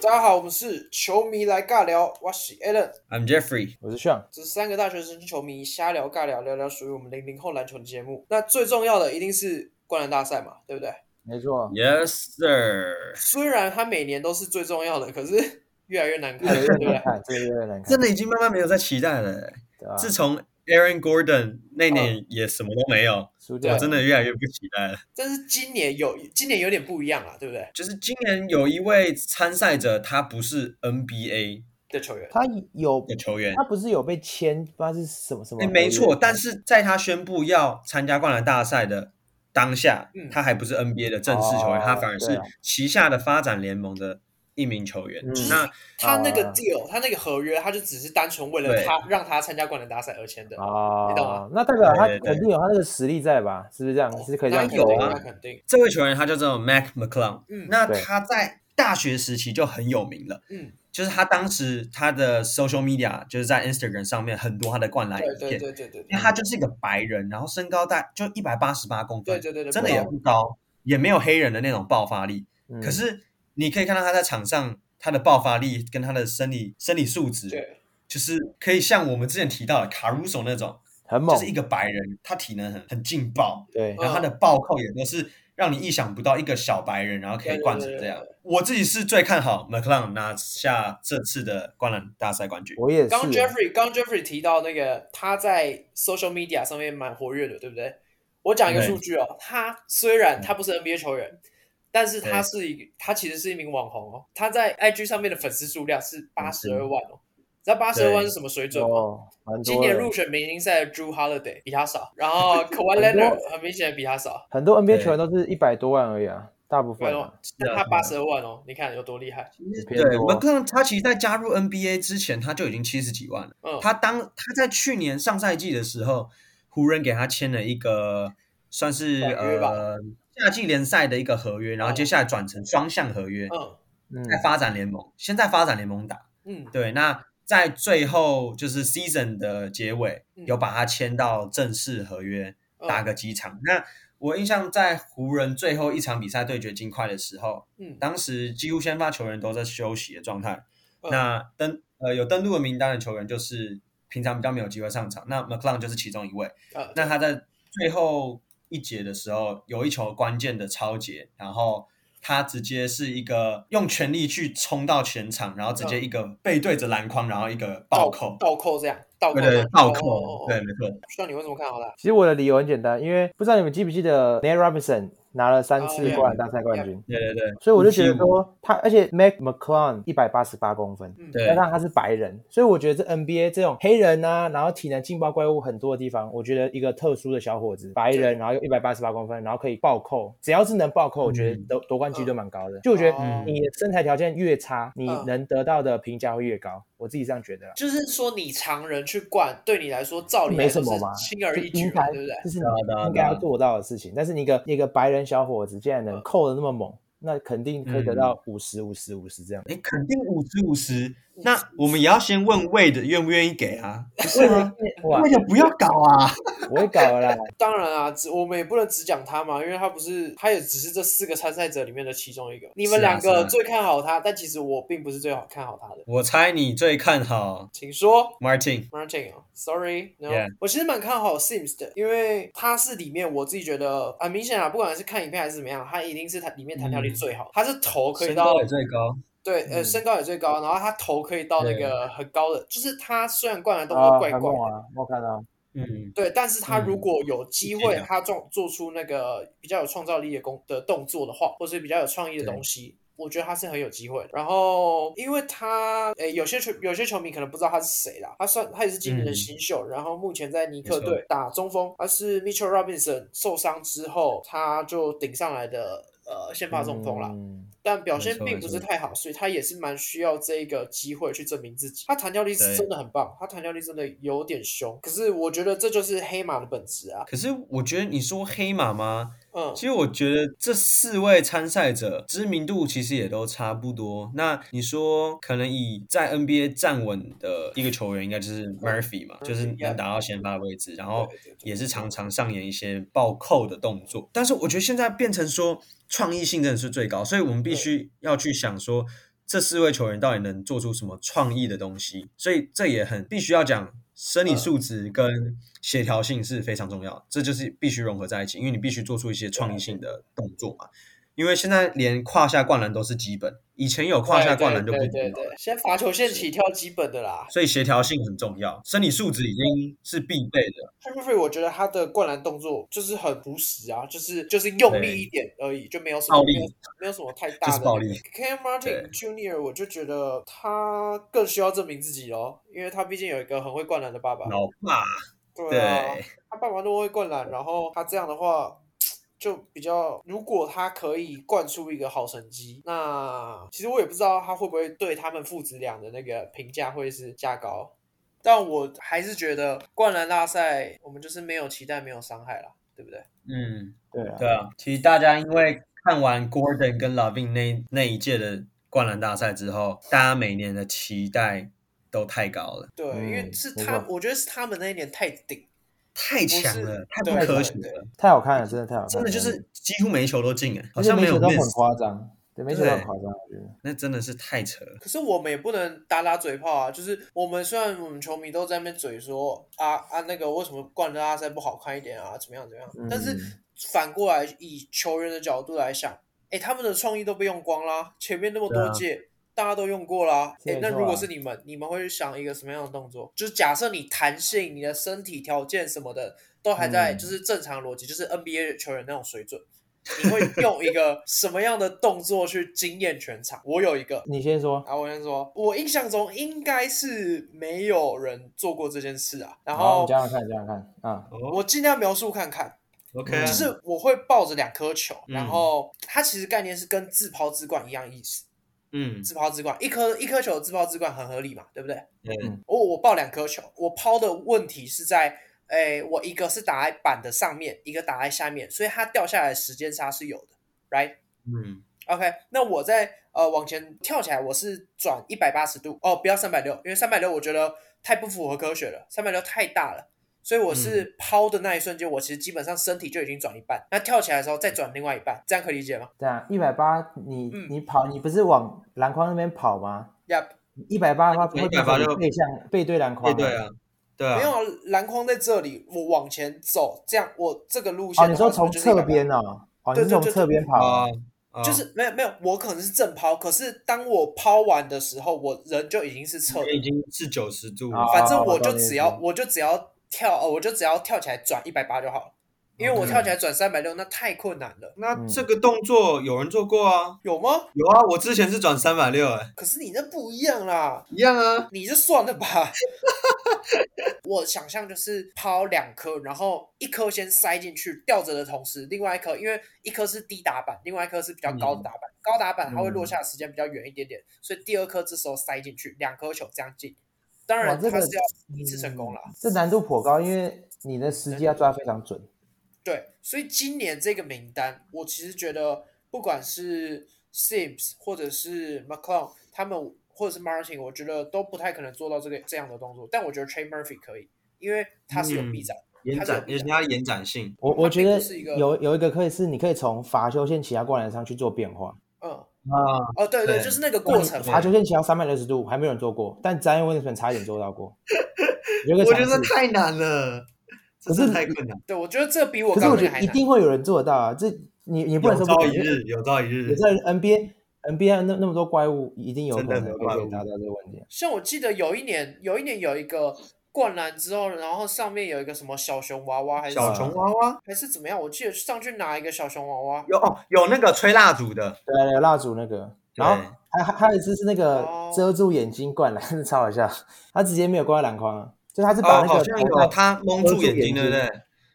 Speaker 1: 大家好，我们是球迷来尬聊，我是 Alan，
Speaker 3: I'm Jeffrey，
Speaker 2: 我是 Sean，
Speaker 1: 这是三个大学生球迷瞎聊尬聊，聊聊属于我们零零后篮球的节目。那最重要的一定是灌篮大赛嘛，对不 *laughs* 对？
Speaker 2: 没错，
Speaker 3: Yes sir，
Speaker 1: 虽然它每年都是最重要的，可是 *laughs* 越来越难
Speaker 2: 越
Speaker 1: 看，
Speaker 2: 来
Speaker 1: 对
Speaker 2: 越
Speaker 1: 不
Speaker 2: 难
Speaker 1: 对？
Speaker 2: 看，这个越来越难看
Speaker 3: 真，的已经慢慢没有在期待了欸。
Speaker 2: 对吧？
Speaker 3: 自从 Aaron Gordon 那
Speaker 2: 嗯
Speaker 3: 年也什么都没有，
Speaker 2: 输掉
Speaker 3: 我真的越来越不期待了。
Speaker 1: *laughs* 但是今年有，今年有点不一样啊，对不对？
Speaker 3: 就是今年有一位参赛者，他不是 NBA
Speaker 1: 的球员，
Speaker 2: 他有
Speaker 3: 的球员
Speaker 2: 他，不是有被签，不知道是什么什么
Speaker 3: 诶
Speaker 2: 合约？
Speaker 3: 没错。但是在他宣布要参加灌篮大赛的当下，
Speaker 1: 嗯
Speaker 3: 他还不是 NBA 的正式球员，
Speaker 2: 哦
Speaker 3: 他反而
Speaker 2: 对
Speaker 3: 是
Speaker 2: 啊
Speaker 3: 旗下的发展联盟的一名球员。
Speaker 2: 嗯
Speaker 3: 那
Speaker 1: 他那个
Speaker 2: 啊
Speaker 1: deal，他那个合约，他就只是单纯为了
Speaker 3: 对
Speaker 1: 他让他参加灌篮大赛而签的。你懂
Speaker 2: 啊
Speaker 1: 吗，
Speaker 2: 那代表他
Speaker 3: 对对对
Speaker 2: 肯定有他那个实力在吧？是不是这样？是可以这
Speaker 1: 那
Speaker 2: 样
Speaker 1: 肯
Speaker 2: 说
Speaker 1: 定
Speaker 3: 有啊
Speaker 1: 那肯定，
Speaker 3: 这位球员他叫做 Mac McClung，、
Speaker 1: 嗯
Speaker 3: 那
Speaker 2: 对
Speaker 3: 他在大学时期就很有名了。
Speaker 1: 嗯，
Speaker 3: 就是他当时他的 social media 就是在 Instagram 上面很多他的灌
Speaker 2: 哎
Speaker 3: 篮影
Speaker 1: 对
Speaker 3: 片，
Speaker 1: 对对对对
Speaker 3: 因
Speaker 1: 对
Speaker 3: 为他就是一个白人，然后身高大就一百八十八公分，
Speaker 1: 对对对，
Speaker 3: 真的
Speaker 1: 不
Speaker 3: 也
Speaker 1: 高
Speaker 3: 不高，也没有黑人的那种爆发力。
Speaker 2: 嗯
Speaker 3: 可是你可以看到他在场上他的爆发力跟他的生理生理素质，
Speaker 1: 对，
Speaker 3: 就是可以像我们之前提到的卡鲁索那种，
Speaker 2: 很猛
Speaker 3: 就，是一个白人，他体能很很劲爆，
Speaker 2: 对
Speaker 1: 嗯
Speaker 3: 然后他的暴扣也都是让你意想不到，一个小白人然后可以灌成这样
Speaker 1: 对对对。
Speaker 3: 我自己是最看好 McClung 拿下这次的灌篮大赛冠军。
Speaker 2: 我也是。
Speaker 1: 刚 Jeffrey 刚 Jeffrey 提到那个他在 social media 上面蛮活跃的，对不对？我讲一个
Speaker 3: 对
Speaker 1: 数据哦，他虽然他不是 NBA 球员，但是他
Speaker 3: 对
Speaker 1: 是一个他其实是一名网红哦，他在 IG 上面的粉丝数量是八十二万哦，你知道八十二万是什么水准吗？
Speaker 2: 哦，蛮
Speaker 1: 今
Speaker 2: 多
Speaker 1: 年
Speaker 2: 的。
Speaker 1: 入选明星赛的 Drew Holiday 比他少，然后 Kawhi
Speaker 2: 很多
Speaker 1: Leonard 很明显比他少，
Speaker 2: 很多 NBA
Speaker 3: 对
Speaker 2: 球员都是一百多万而已啊，大部分啊、
Speaker 1: 但他八十二万哦，你看有多厉害？
Speaker 2: 偏
Speaker 3: 对
Speaker 2: 多
Speaker 3: ，McClung 他其实在加入 NBA 之前，他就已经七十几万了。
Speaker 1: 嗯，
Speaker 3: 他当他在去年上赛季的时候，湖人给他签了一个算是
Speaker 1: 短约吧哦
Speaker 3: 呃夏季联赛的一个合约，然后接下来转成双向合约，
Speaker 1: 嗯
Speaker 2: 嗯，
Speaker 3: 在发展联盟，先在发展联盟打。
Speaker 1: 嗯
Speaker 3: 对，那在最后就是 season 的结尾，
Speaker 1: 嗯
Speaker 3: 有把他签到正式合约，
Speaker 1: 嗯
Speaker 3: 打个几场。那我印象在湖人最后一场比赛对决金块的时候，
Speaker 1: 嗯，
Speaker 3: 当时几乎先发球员都在休息的状态。
Speaker 1: 嗯
Speaker 3: 那登呃有登录的名单的球员，就是平常比较没有机会上场。那 McClung 就是其中一位。
Speaker 1: 呃
Speaker 3: 那他在最后一节的时候，有一球关键的超节，然后他直接是一个用全力去冲到前场，然后直接一个背对着篮筐，然后一个
Speaker 1: 倒
Speaker 3: 嗯暴扣。
Speaker 1: 倒扣这样，倒扣
Speaker 3: 对对，暴扣，
Speaker 1: 哦哦哦
Speaker 3: 对，没错，
Speaker 1: 那你为什么看好他？
Speaker 2: 其实我的理由很简单，因为不知道你们记不记得 Nate Robinson 拿了三次
Speaker 1: 哦对
Speaker 2: 灌篮大赛冠军，
Speaker 3: 对对对，
Speaker 2: 所以我就觉得
Speaker 3: 175
Speaker 2: 说他，而且 Mac McClung 一百八十八公分。
Speaker 1: 嗯，
Speaker 3: 对
Speaker 2: 加上他是白人，所以我觉得这 NBA 这种黑人啊，然后体能劲爆怪物很多的地方，我觉得一个特殊的小伙子，白人，然后又一百八十八公分，然后可以暴扣，只要是能暴扣，我觉得
Speaker 3: 嗯
Speaker 2: 夺夺冠几率都蛮高的。就我觉得嗯
Speaker 1: 哦
Speaker 2: 你的身材条件越差，你
Speaker 1: 嗯
Speaker 2: 能得到的评价会越高，我自己这样觉得啊啦。
Speaker 1: 就是说你常人去灌，对你来说照理
Speaker 2: 没
Speaker 1: 来说
Speaker 2: 什么嘛
Speaker 1: 是轻而
Speaker 2: 就
Speaker 1: 易举
Speaker 2: 应
Speaker 1: 嘛，
Speaker 2: 该
Speaker 1: 对不对？
Speaker 2: 这是你
Speaker 3: 对啊对啊
Speaker 2: 应该要
Speaker 3: 对啊
Speaker 2: 做到的事情。但是你一个一个白人小伙子竟然能
Speaker 1: 嗯
Speaker 2: 扣的那么猛，那肯定可以得
Speaker 3: 嗯
Speaker 2: 到五十、五十、五十这样。
Speaker 3: 哎，肯定五十五十。那我们也要先问 Wade 愿不愿意给啊？不是吗
Speaker 2: 哇，
Speaker 3: ？Wade 不要搞啊！
Speaker 2: 我会搞了
Speaker 1: *laughs*
Speaker 2: 啦，
Speaker 1: 当然啊，只我们也不能只讲他嘛，因为他不是，他也只是这四个参赛者里面的其中一个。你们
Speaker 3: 是啊
Speaker 1: 两个
Speaker 3: 是啊
Speaker 1: 最看好他，但其实我并不是最好看好他的。
Speaker 3: *laughs* 我猜你最看好
Speaker 1: 请说
Speaker 3: Martin，
Speaker 1: Martin 啊，Sorry，No，、
Speaker 3: Yeah
Speaker 1: 我其实蛮看好 Sims 的，因为他是里面我自己觉得很明显啊，不管是看影片还是怎么样，他一定是他里面弹跳力
Speaker 3: 嗯
Speaker 1: 最好，他是头可以
Speaker 3: 身
Speaker 1: 到
Speaker 3: 高也最高，
Speaker 1: 对，呃，
Speaker 2: 嗯
Speaker 1: 身高也最高，然后他头可以到那个很高的，就是他虽然灌篮动
Speaker 3: 哦
Speaker 2: 啊，
Speaker 1: 作怪怪
Speaker 2: 很猛
Speaker 1: 的，
Speaker 2: 啊，我看到。
Speaker 3: 嗯，
Speaker 1: 对，但是他如果有机
Speaker 3: 是这
Speaker 1: 会，
Speaker 3: 样
Speaker 1: 他做做出那个比较有创造力的工的动作的话，或是比较有创意的
Speaker 3: 对
Speaker 1: 东西。我觉得他是很有机会的，然后因为他，诶，有些球有些球迷可能不知道他是谁啦，他算他也是今年的
Speaker 3: 嗯
Speaker 1: 新秀，然后目前在尼克
Speaker 3: 没错
Speaker 1: 队打中锋，他是 Mitchell Robinson 受伤之后，他就顶上来的呃先发中锋啦，
Speaker 2: 嗯
Speaker 1: 但表现
Speaker 3: 没错
Speaker 1: 并不是太好，所以他也是蛮需要这一个机会去证明自己。他弹跳力是
Speaker 3: 对
Speaker 1: 真的很棒，他弹跳力真的有点凶，可是我觉得这就是黑马的本质啊。
Speaker 3: 可是我觉得你说黑马吗？
Speaker 1: 嗯
Speaker 3: 其，实我觉得这四位参赛者知名度其实也都差不多。那你说可能以在 NBA 站稳的一个球员，应该就是 Murphy 嘛，
Speaker 1: 嗯 Murphy，
Speaker 3: 就是
Speaker 1: yeah
Speaker 3: 能达到先发位置，然后
Speaker 1: 对对对
Speaker 3: 也是常常上演一些暴扣的动作。但是我觉得现在变成说创意性真的是最高，所以我们必须要去想说。这四位球员到底能做出什么创意的东西。所以这也很必须要讲，生
Speaker 1: 嗯
Speaker 3: 理素质跟协调性是非常重要的，这就是必须融合在一起，因为你必须做出一些
Speaker 1: 啊
Speaker 3: 创意性的动作嘛。因为现在连胯下灌篮都是基本，以前有胯下灌篮就不
Speaker 1: 对
Speaker 3: 一
Speaker 1: 对
Speaker 3: 定
Speaker 1: 对，对先罚球线起跳基本的啦。
Speaker 3: 所以协调性很重要，身体素质已经是必备的。
Speaker 1: t r e m r y 我觉得他的灌篮动作就是很朴实啊，就是就是用力一点而已，就没有什么
Speaker 3: 暴力
Speaker 1: 没有没有什么太大的
Speaker 3: 就是暴力
Speaker 1: Cam Martin
Speaker 3: 对
Speaker 1: Junior，我就觉得他更需要证明自己咯，因为他毕竟有一个很会灌篮的爸爸。
Speaker 3: 老爸，
Speaker 1: 对啊，
Speaker 3: 对，
Speaker 1: 他爸爸那么会灌篮，然后他这样的话。就比较，如果他可以灌出一个好成绩，那其实我也不知道他会不会对他们父子俩的那个评价会是加高，但我还是觉得灌篮大赛我们就是没有期待，没有伤害啦，对不对？
Speaker 3: 嗯，
Speaker 2: 对啊，
Speaker 3: 对啊，其实大家因为看完 Gordon 跟 Lavin 那那一届的灌篮大赛之后，大家每年的期待都太高了，
Speaker 1: 对，
Speaker 2: 嗯
Speaker 1: 因为是
Speaker 2: 没
Speaker 1: 他，
Speaker 2: 错
Speaker 1: 我觉得是他们那一年太顶，
Speaker 3: 太强了，太
Speaker 1: 不
Speaker 3: 不
Speaker 1: 是
Speaker 3: 科
Speaker 1: 对
Speaker 3: 学
Speaker 1: 对
Speaker 3: 了，
Speaker 2: 太好看了，真的太好看了，
Speaker 3: 真的就是几乎每一球都进哎，好
Speaker 2: 而且
Speaker 3: 像
Speaker 2: 每
Speaker 3: 没
Speaker 2: 球
Speaker 3: 有
Speaker 2: 都很
Speaker 3: miss，
Speaker 2: 夸张，对，每球都很
Speaker 3: 对
Speaker 2: 夸张，我觉得。
Speaker 3: 那真的是太扯了。
Speaker 1: 可是我们也不能打打嘴炮啊，就是我们虽然我们球迷都在那边嘴说啊啊那个为什么灌篮大赛不好看一点啊，怎么样怎么样，但是
Speaker 2: 嗯
Speaker 1: 反过来以球员的角度来想，哎，他们的创意都被用光啦，前面那么
Speaker 3: 对
Speaker 1: 多
Speaker 3: 啊
Speaker 1: 届。大家都用过啦，
Speaker 2: 是
Speaker 1: 哎
Speaker 2: 没，
Speaker 1: 那
Speaker 2: 错
Speaker 1: 如果
Speaker 2: 啊
Speaker 1: 是你们，你们会去想一个什么样的动作？就是假设你弹性、你的身体条件什么的都还在，
Speaker 2: 嗯
Speaker 1: 就是正常逻辑，就是 NBA 球员那种水准，你会用一个什么样的动作去惊艳全场？我有一个，
Speaker 2: 你先说，
Speaker 1: 啊，我先说，我印象中应该是没有人做过这件事啊。然
Speaker 2: 好
Speaker 1: 后
Speaker 2: 你这样看，这样看啊，
Speaker 3: 哦
Speaker 1: 我尽量描述看看，
Speaker 3: ，OK，
Speaker 2: 嗯
Speaker 1: 就
Speaker 3: 啊
Speaker 1: 是我会抱着两颗球，
Speaker 3: 嗯
Speaker 1: 然后它其实概念是跟自抛自灌一样意思。
Speaker 3: 嗯，
Speaker 1: 自抛自灌，一颗一颗球自抛自灌很合理嘛，对不对？
Speaker 3: 对
Speaker 1: 我我抱两颗球，我抛的问题是在，诶，我一个是打在板的上面，一个打在下面，所以它掉下来的时间差是有的，right？
Speaker 3: 嗯，
Speaker 1: OK，那我在呃往前跳起来，我是转一百八十度哦，不要三百六，因为三百六我觉得太不符合科学了，三百六太大了。所以我
Speaker 3: 嗯
Speaker 1: 是抛的那一瞬间，我其实基本上身体就已经转一半，那跳起来的时候再转另外一半，这样可以理解吗
Speaker 2: 这样一百八，你
Speaker 1: 嗯
Speaker 2: 你跑，你不是往篮筐那边跑吗？
Speaker 1: ？Yep，、
Speaker 2: 一百八的话，不会变成
Speaker 3: 180就
Speaker 2: 背向背对篮
Speaker 3: 对
Speaker 2: 筐，
Speaker 3: 对啊，，对啊，
Speaker 1: 没有啊，篮筐在这里，我往前走，这样我这个路线
Speaker 2: 哦，
Speaker 1: 的
Speaker 2: 你
Speaker 1: 话、
Speaker 2: 说从侧边哦，哦，你
Speaker 1: 对对
Speaker 2: 是从
Speaker 1: 对对
Speaker 2: 侧边跑啊，
Speaker 3: 啊，啊
Speaker 1: 就是没有没有，我可能是正抛，可是当我抛完的时候，我人就已经是侧
Speaker 3: 因
Speaker 1: 的
Speaker 3: 为已经是九十度了，
Speaker 2: 啊
Speaker 1: 反正
Speaker 2: 哦
Speaker 1: 我
Speaker 2: 我
Speaker 1: 就
Speaker 2: 懂你
Speaker 1: 只
Speaker 2: 意
Speaker 1: 要
Speaker 2: 思
Speaker 1: 我就只要跳，呃，我就只要跳起来转一百八就好了，因为我
Speaker 3: OK
Speaker 1: 跳起来转三百六那太困难了，
Speaker 3: 那
Speaker 2: 嗯
Speaker 3: 这个动作有人做过啊？
Speaker 1: 有吗？
Speaker 3: 有啊，我之前是转三百六，哎，
Speaker 1: 可是你那不一样啦，
Speaker 3: 一样啊，
Speaker 1: 你就算了吧。 *laughs* 我想象就是抛两颗，然后一颗先塞进去吊着的同时，另外一颗因为一颗是低打板，另外一颗是比较高
Speaker 2: 嗯
Speaker 1: 的打板，高打板它会落下的时间比较远一点点，所以第二颗这时候塞进去，两颗球这样进。当然，
Speaker 2: 哇这
Speaker 1: 它
Speaker 2: 个
Speaker 1: 是要一次成功啦。
Speaker 2: 这难度颇高，因为你的时机要抓非常准。
Speaker 1: 对，所以今年这个名单，我其实觉得不管是 Sims 或者是 McClung 他们，或者是 Martin，我觉得都不太可能做到这个这样的动作。但我觉得 Trey Murphy 可以，因为他是有
Speaker 3: 嗯
Speaker 1: 臂展，
Speaker 3: 延
Speaker 1: 他是有
Speaker 3: 展，
Speaker 1: 臂
Speaker 3: 而且
Speaker 1: 展
Speaker 3: 它的延展性，
Speaker 2: 我我
Speaker 1: 它并
Speaker 2: 觉得
Speaker 1: 不是一个
Speaker 2: 有有一个可以是，你可以从罚球线起到灌篮上去做变化。
Speaker 1: 嗯，
Speaker 3: 啊，
Speaker 1: 哦，对对，
Speaker 3: 对
Speaker 1: 就是那个过程啊
Speaker 2: 罚
Speaker 1: 嘛。
Speaker 2: 球线起到三百六十度，还没有人做过，但詹姆斯差一点做
Speaker 1: *laughs*
Speaker 2: 到过。有一个
Speaker 3: 我觉得
Speaker 2: 尝试
Speaker 3: 太难了，这
Speaker 2: 可是
Speaker 3: 真的太困难。
Speaker 1: 对，我觉得这比我
Speaker 2: 可是
Speaker 1: 刚
Speaker 2: 我
Speaker 1: 才
Speaker 2: 觉得
Speaker 1: 还
Speaker 2: 一
Speaker 1: 难。
Speaker 2: 定会有人做到啊！这你你不能
Speaker 3: 有
Speaker 2: 说
Speaker 3: 朝
Speaker 2: 不
Speaker 3: 一
Speaker 2: 可能。
Speaker 3: 日，有朝一
Speaker 2: 有
Speaker 3: 日，
Speaker 2: 在 NBA NBA 那那么多怪物，一定有可
Speaker 3: 真的
Speaker 2: 能会
Speaker 3: 很多怪物
Speaker 2: 被达到这个问题。
Speaker 1: 像我记得有一年，有一年有一个灌篮之后，然后上面有一个什么小熊娃娃还是
Speaker 3: 小
Speaker 1: 什么
Speaker 3: 熊娃啊娃
Speaker 1: 还是怎么样，我记得上去拿一个小熊娃娃，
Speaker 3: 有哦，有那个吹蜡烛的，
Speaker 2: 对啊，有蜡烛那个，然后还还还有一次是那个
Speaker 1: 哦
Speaker 2: 遮住眼睛灌篮， *laughs* 超好笑。他直接没有灌到篮筐啊，就他是
Speaker 3: 对
Speaker 2: 把
Speaker 3: 哦，
Speaker 2: 那个
Speaker 3: 好像
Speaker 2: 头
Speaker 3: 有
Speaker 2: 带
Speaker 3: 他蒙住眼睛，对不对？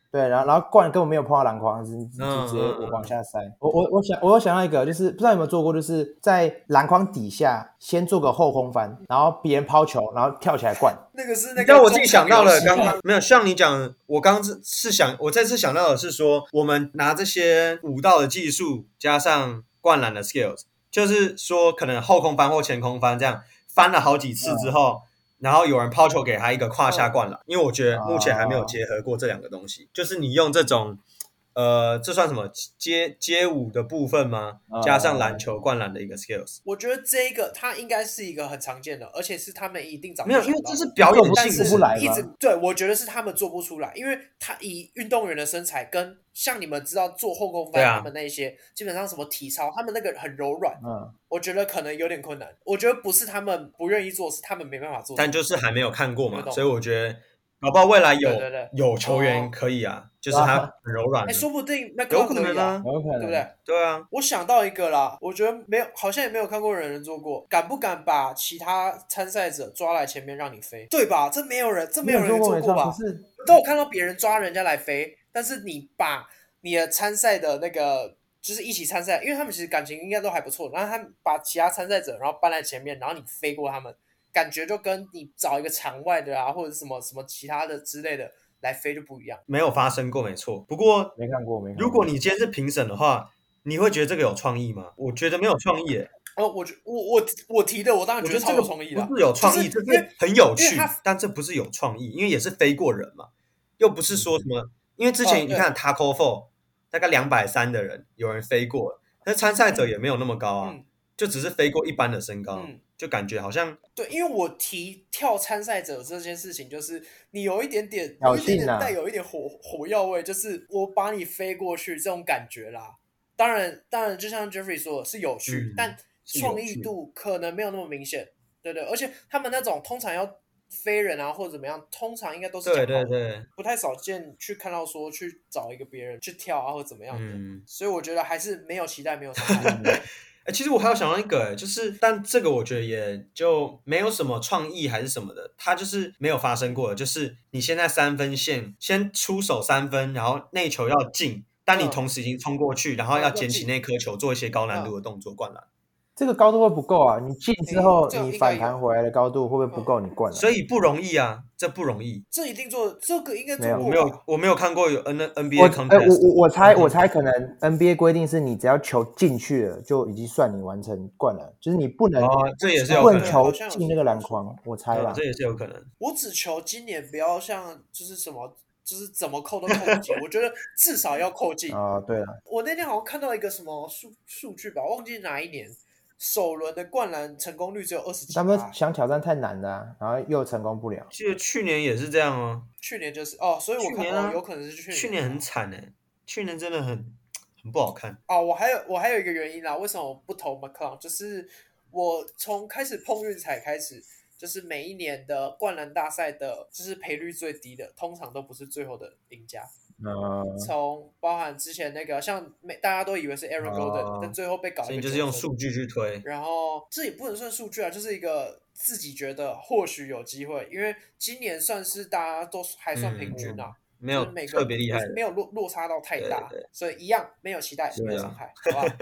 Speaker 2: 对，然后然后灌根本没有碰到篮筐，直
Speaker 3: 嗯
Speaker 2: 直直接往下塞。我我我想我有想到一个，就是不知道有没有做过，就是在篮筐底下先做个后空翻，然后别人抛球，然后跳起来灌。
Speaker 1: 那个是那个。
Speaker 3: 你知道我自己想到了，
Speaker 1: 刚
Speaker 3: 刚
Speaker 1: 刚。
Speaker 3: 刚没有像你讲，我刚刚是是想，我这次想到的是说，我们拿这些武道的技术加上灌篮的 skills，就是说可能后空翻或前空翻这样翻了好几次之后。然后有人抛球给他一个胯下灌篮，因为我觉得目前还没有结合过这两个东西，就是你用这种呃，这算什么街街舞的部分吗？
Speaker 2: 嗯
Speaker 3: 加上篮球灌篮的一个 skills，
Speaker 1: 我觉得这一个它应该是一个很常见的，而且是他们一定早就
Speaker 3: 没有，
Speaker 1: 想
Speaker 3: 因为
Speaker 1: 到
Speaker 3: 这
Speaker 1: 的
Speaker 3: 是表演
Speaker 1: 但
Speaker 2: 但
Speaker 1: 是
Speaker 2: 是
Speaker 3: 性
Speaker 2: 做不来
Speaker 1: 一
Speaker 2: 吗
Speaker 1: 直对我觉得是他们做不出来，因为他以运动员的身材跟像你们知道做后空翻
Speaker 3: 对啊
Speaker 1: 他们那些，基本上什么体操，他们那个很柔软，
Speaker 2: 嗯，
Speaker 1: 我觉得可能有点困难。我觉得不是他们不愿意做，是他们没办法做。
Speaker 3: 但就是还没有看过
Speaker 1: 我
Speaker 3: 嘛，
Speaker 1: 懂
Speaker 3: 所以我觉得搞不好未来有
Speaker 1: 对对对
Speaker 3: 有球员
Speaker 1: 哦
Speaker 3: 可以啊，就是他很柔软
Speaker 1: 哎，
Speaker 3: 的，
Speaker 1: 说不定那
Speaker 3: 有可能
Speaker 1: 啊
Speaker 3: 啊，
Speaker 2: 有可能，
Speaker 1: 对不对？
Speaker 3: 对啊，
Speaker 1: 我想到一个啦，我觉得没有，好像也没有看过有人做过，敢不敢把其他参赛者抓来前面让你飞，对吧？这没有人，这没有人
Speaker 2: 做
Speaker 1: 做
Speaker 2: 没
Speaker 1: 过吧？
Speaker 2: 不是
Speaker 1: 都有看到别人抓人家来飞，但是你把你的参赛的那个就是一起参赛，因为他们其实感情应该都还不错，然后他们把其他参赛者然后搬在前面，然后你飞过他们，感觉就跟你找一个场外的啊或者是什么什么其他的之类的来飞就不一样。
Speaker 3: 没有发生过，没错。不过
Speaker 2: 没看过，没看过。
Speaker 3: 如果你今天是评审的话，你会觉得这个有创意吗？我觉得没有创意耶、
Speaker 1: 哦，我觉我我我提的，我当然
Speaker 3: 我觉
Speaker 1: 得
Speaker 3: 得这
Speaker 1: 超
Speaker 3: 个
Speaker 1: 有创意啦
Speaker 3: 不。是有创意，
Speaker 1: 就是
Speaker 3: 这
Speaker 1: 因为
Speaker 3: 是很有
Speaker 1: 因为
Speaker 3: 趣
Speaker 1: 它，
Speaker 3: 但这不是有创意，因为也是飞过人嘛，又不是说什么。因为之前
Speaker 1: 哦
Speaker 3: 你看 Taco f o 大概两百三的人有人飞过了，但是参赛者也没有那么高啊，
Speaker 1: 嗯
Speaker 3: 就只是飞过一般的身高，
Speaker 1: 嗯
Speaker 3: 就感觉好像
Speaker 1: 对，因为我提跳参赛者这件事情，就是你有一点点，
Speaker 2: 挑
Speaker 1: 有一点
Speaker 2: 衅
Speaker 1: 点
Speaker 2: 啊
Speaker 1: 带有一点火火药味，就是我把你飞过去这种感觉啦。当然，当然，就像 Jeffrey 说的，是有趣，
Speaker 3: 嗯
Speaker 1: 但
Speaker 3: 是有
Speaker 1: 创意
Speaker 3: 趣
Speaker 1: 度可能没有那么明显。对对，而且他们那种通常要飞人啊，或者怎么样，通常应该都是
Speaker 3: 对
Speaker 1: 讲好
Speaker 3: 对
Speaker 1: 的
Speaker 3: 对，
Speaker 1: 不太少见去看到说去找一个别人去跳啊，或者怎么样的。
Speaker 3: 嗯。
Speaker 1: 所以我觉得还是没有期待，没有伤
Speaker 3: *laughs*
Speaker 1: 害。
Speaker 3: 哎、其实我还有想到一个、欸，就是，但这个我觉得也就没有什么创意还是什么的，它就是没有发生过的。就是你现在三分线先出手三分，然后内球要进，但你
Speaker 1: 嗯
Speaker 3: 同时已经冲过去，然后要捡起那颗球，做一些高难度的动作灌篮。
Speaker 2: 这个高度会不够啊，你进之后
Speaker 1: 嗯这个
Speaker 2: 你
Speaker 1: 应该
Speaker 2: 反
Speaker 1: 有
Speaker 2: 弹回来的高度会不会不够你灌篮？
Speaker 3: 所以不容易啊，这不容易。
Speaker 1: 这一定做，这个应该做
Speaker 2: 没有
Speaker 1: 过吧。
Speaker 3: 我没有，我没有看过有 N N B
Speaker 2: 我
Speaker 3: A
Speaker 2: 哎、我
Speaker 3: contest，
Speaker 2: 我我猜我猜可能 NBA 规定是你只要球进去了就已经算你完成灌篮，就是你不能
Speaker 3: 哦，这也是有
Speaker 2: 不
Speaker 3: 可
Speaker 2: 能
Speaker 3: 能，
Speaker 2: 球进那个篮筐，我猜
Speaker 3: 对
Speaker 2: 啦
Speaker 3: 这。也是有可能。
Speaker 1: 我只求今年不要像就是什么，就是怎么扣都扣不进。我觉得至少要扣进。
Speaker 2: 啊、对了，
Speaker 1: 我那天好像看到一个什么数数据吧，忘记哪一年，首轮的灌篮成功率只有二十几
Speaker 2: 他们
Speaker 1: 趴，
Speaker 2: 想挑战太难了、啊，然后又成功不了。
Speaker 3: 记得去年也是这样哦，
Speaker 1: 去年就是哦，所以我
Speaker 3: 去
Speaker 1: 看
Speaker 3: 年啊
Speaker 1: 哦有可能是去年。
Speaker 3: 去年很惨哎、去年真的很很不好看。
Speaker 1: 哦，我还有我还有一个原因啦，为什么我不投 McClung？就是我从开始碰运彩开始，就是每一年的灌篮大赛的，就是赔率最低的，通常都不是最后的赢家。
Speaker 3: 嗯
Speaker 2: 呃，
Speaker 1: 从包含之前那个，像每大家都以为是 Aaron Golden，、
Speaker 3: 哦
Speaker 1: 但最后被搞一
Speaker 3: 所
Speaker 1: 个
Speaker 3: 以就是
Speaker 1: 纠
Speaker 3: 用
Speaker 1: 纷
Speaker 3: 数，据去推，
Speaker 1: 然后这也不能算数据啊，就是一个自己觉得或许有机会，因为今年算是大家都还算平均啊，
Speaker 3: 嗯
Speaker 1: 就
Speaker 3: 没有
Speaker 1: 是每个
Speaker 3: 特别厉害的。
Speaker 1: 没有落落差到太大，
Speaker 3: 对
Speaker 1: 所以一样没有期待，
Speaker 3: 啊
Speaker 1: 没有伤害，好吧？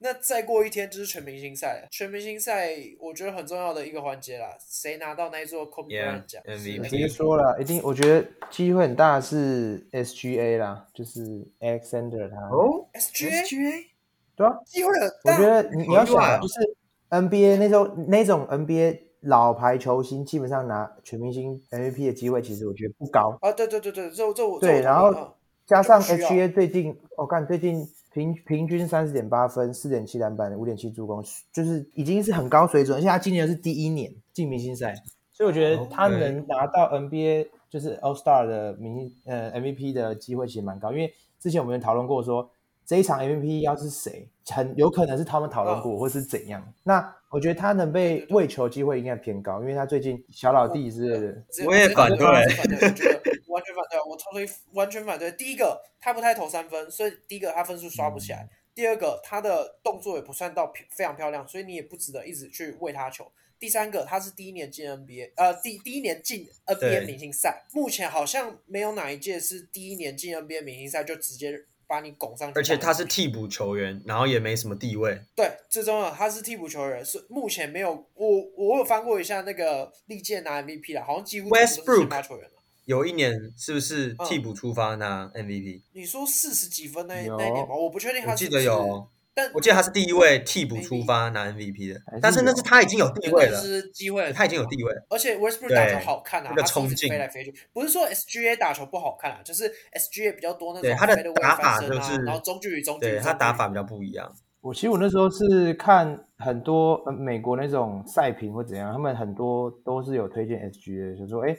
Speaker 1: 那再过一天就是全明星赛了，全明星赛我觉得很重要的一个环节啦，谁拿到那一座 Kobe
Speaker 3: Yeah，
Speaker 1: Bryant 奖
Speaker 2: 我
Speaker 3: MVP
Speaker 2: 直接说了，一定，我觉得机会很大是 SGA 啦，就是 Alexander 他。
Speaker 3: 哦
Speaker 1: SGA
Speaker 2: 对啊，
Speaker 1: 机会很
Speaker 2: 我
Speaker 1: 大，
Speaker 2: 觉得你你要想
Speaker 3: 好意外
Speaker 2: 啊，
Speaker 3: 哦
Speaker 2: 就是 NBA 那种那种 NBA 老牌球星，基本上拿全明星 MVP 的机会，其实我觉得不高。
Speaker 1: 啊，对对对对，这我这我这我同
Speaker 2: 对，然
Speaker 1: 意嗯
Speaker 2: 后加上
Speaker 1: 这不需要
Speaker 2: HA 最近，我、看最近平平均三十点八分、四点七篮板、五点七助攻，就是已经是很高水准，而且他今年是第一年进明星赛，所以我觉
Speaker 1: 哦
Speaker 2: 得他能拿到 NBA 就是 All Star 的明星呃 MVP 的机会其实蛮高，因为之前我们有讨论过说。这一场 MVP 要是谁，很有可能是他们讨论
Speaker 1: 哦
Speaker 2: 过，或是怎样。那我觉得他能被喂球机会应该偏高，因为他最近小老弟之类的，
Speaker 1: 直接
Speaker 3: 我也反对
Speaker 1: 完全反对，我觉得完全反对，啊我 totally 完全反对。第一个，他不太投三分，所以第一个他分数刷不起
Speaker 3: 嗯
Speaker 1: 来；第二个，他的动作也不算到漂非常漂亮，所以你也不值得一直去喂他球。第三个，他是第一年进 NBA，呃，第第一年进 NBA
Speaker 3: 对
Speaker 1: 明星赛，目前好像没有哪一届是第一年进 NBA 明星赛就直接把你拱上去打。
Speaker 3: 而且他是替补球员，然后也没什么地位，
Speaker 1: 对，最重要的他是替补球员，是目前没有我我有翻过一下那个历届拿 MVP 了，好像几乎全部都是先发球员了。
Speaker 3: 有一年是不是
Speaker 1: 嗯
Speaker 3: 替补出发拿 MVP？、
Speaker 1: 你说四十几分那
Speaker 2: 有
Speaker 1: 那一年吗？我不确定
Speaker 3: 我
Speaker 1: 他是
Speaker 3: 记
Speaker 1: 不
Speaker 3: 得
Speaker 1: 是
Speaker 3: 有，
Speaker 1: 但
Speaker 3: 我记得他是第一位替补出发拿 MVP 的
Speaker 2: 还是，
Speaker 3: 但是那
Speaker 2: 有
Speaker 3: 是他已经有地位
Speaker 1: 那
Speaker 3: 了，
Speaker 1: 是机会了，
Speaker 3: 他已经有地位了。
Speaker 1: 而且 Westbrook
Speaker 3: 对
Speaker 1: 打球好看啊，他
Speaker 3: 那个
Speaker 1: 是一直
Speaker 3: 冲劲
Speaker 1: 飞来飞去，不是说 SGA 打球不好看啊，就是 SGA 比较多那种
Speaker 3: 对他的
Speaker 1: fadeaway
Speaker 3: 打法
Speaker 1: 翻身啊
Speaker 3: 就是
Speaker 1: 然后中距离中距离，
Speaker 3: 对
Speaker 1: 中
Speaker 3: 他
Speaker 1: 距
Speaker 3: 打
Speaker 1: 离
Speaker 3: 法比较不一样，
Speaker 2: 我其实我那时候是看很多、呃、美国那种赛评或怎样，他们很多都是有推荐 SGA，就说哎，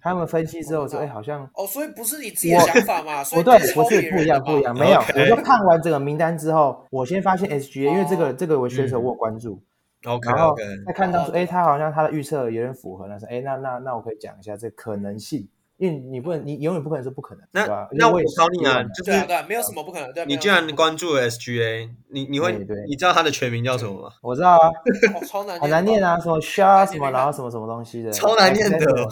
Speaker 2: 他们分析之后说哎，好像
Speaker 1: 哦，所以不是你自己的
Speaker 2: 我
Speaker 1: 想法
Speaker 3: *laughs*
Speaker 1: 嘛，所
Speaker 2: 不
Speaker 1: 以
Speaker 2: 对
Speaker 1: 你，
Speaker 2: 不
Speaker 1: 抄别
Speaker 2: 是
Speaker 1: 人
Speaker 2: 不一
Speaker 1: 的
Speaker 2: 样，
Speaker 1: 嘛
Speaker 2: 不一样，没有。
Speaker 3: OK
Speaker 2: 我就看完这个名单之后，我先发现 SGA，因为这个这个我选手
Speaker 3: 嗯
Speaker 2: 我有关注，
Speaker 3: OK
Speaker 2: 然后
Speaker 3: OK，
Speaker 2: 再看到
Speaker 1: 哦
Speaker 2: 说，哎，他好像他的预测有点符合，那是哎，那那那我可以讲一下这可能性，因为你不能，你永远不可能说不可能，
Speaker 3: 那
Speaker 2: 对吧？因为
Speaker 3: 那
Speaker 2: 我
Speaker 3: 我
Speaker 2: 也
Speaker 3: 考你啊，
Speaker 2: 希望
Speaker 3: 就
Speaker 1: 对啊
Speaker 3: 是
Speaker 1: 对啊，没有什么不可能，对啊，
Speaker 3: 你
Speaker 1: 没有
Speaker 3: 既然关注了 SGA，你你会
Speaker 2: 对对
Speaker 3: 你知道他的全名叫什么吗？
Speaker 2: 我知道
Speaker 3: *laughs*
Speaker 2: 啊，
Speaker 1: 哦超难
Speaker 2: 很难念
Speaker 1: 啊
Speaker 2: 啊，什么 Shaw 什
Speaker 1: 念
Speaker 2: 么，
Speaker 1: 念
Speaker 2: 然后什么什么东西的，
Speaker 3: 超难念的
Speaker 2: Alexander，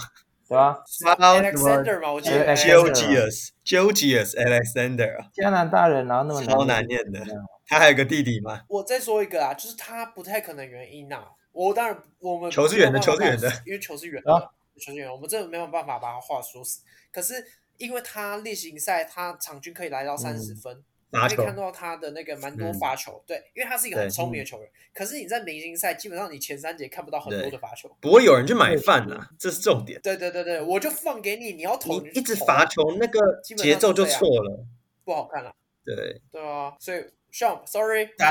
Speaker 2: 对吧？
Speaker 3: 什么
Speaker 1: ，Alexander 嘛，我记
Speaker 2: 哎
Speaker 1: 得
Speaker 2: Alexander
Speaker 3: Georgius Georgius Alexander，
Speaker 2: 加拿大人，然后那么
Speaker 3: 超难念的。他还有个弟弟嘛？
Speaker 1: 我再说一个啊，就是他不太可能原因呐、我当然我们
Speaker 3: 球是圆的
Speaker 1: 没有办法
Speaker 3: 球是圆的
Speaker 1: 把，因为球是圆
Speaker 2: 啊
Speaker 1: 的，球是圆的，我们真的没有办法把他话说死。可是因为他例行赛他场均可以来到三十分，你
Speaker 3: 罚
Speaker 1: 可以
Speaker 3: 嗯球
Speaker 1: 看到他的那个蛮多
Speaker 3: 嗯
Speaker 1: 罚球，对，因为他是一个很
Speaker 3: 对嗯
Speaker 1: 聪明的球员。可是你在明星赛基本上你前三节看不到很多的罚球，
Speaker 3: 不会有人去买饭啦，这是重点。
Speaker 1: 对对对对，我就放给你，你要
Speaker 3: 你
Speaker 1: 投就
Speaker 3: 一直
Speaker 1: 投
Speaker 3: 罚球，那个
Speaker 1: 基本上
Speaker 3: 节奏
Speaker 1: 就
Speaker 3: 就
Speaker 1: 这样
Speaker 3: 错了。
Speaker 1: 不好看了，
Speaker 3: 对，
Speaker 1: 对啊，所以 s h a n sorry，
Speaker 3: 哒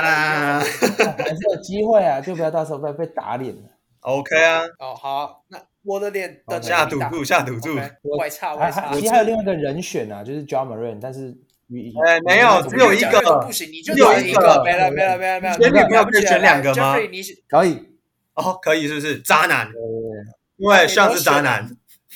Speaker 2: *laughs*
Speaker 3: 啦
Speaker 2: 还是有机会啊，就不要到时候被被打脸了。
Speaker 3: ，OK 啊，
Speaker 1: 哦好，那我的脸等着
Speaker 3: 下
Speaker 1: 你
Speaker 3: 赌
Speaker 1: 打
Speaker 3: 注，下赌注。
Speaker 1: OK，外差
Speaker 2: 还
Speaker 1: 外差
Speaker 2: 还，其实还有另外一个人选啊，就是 John Moran，但是与
Speaker 3: 哎没有只有一个
Speaker 1: 不行，你就
Speaker 3: 只有
Speaker 1: 选
Speaker 3: 一
Speaker 1: 个
Speaker 3: 个
Speaker 1: 没了没了没了没了。
Speaker 2: 选女
Speaker 3: 朋友不是选两个吗
Speaker 1: Jeffrey，你选
Speaker 2: 可以。
Speaker 3: 哦，可以是不是？渣男，
Speaker 2: 呃，
Speaker 3: 因为像是渣男，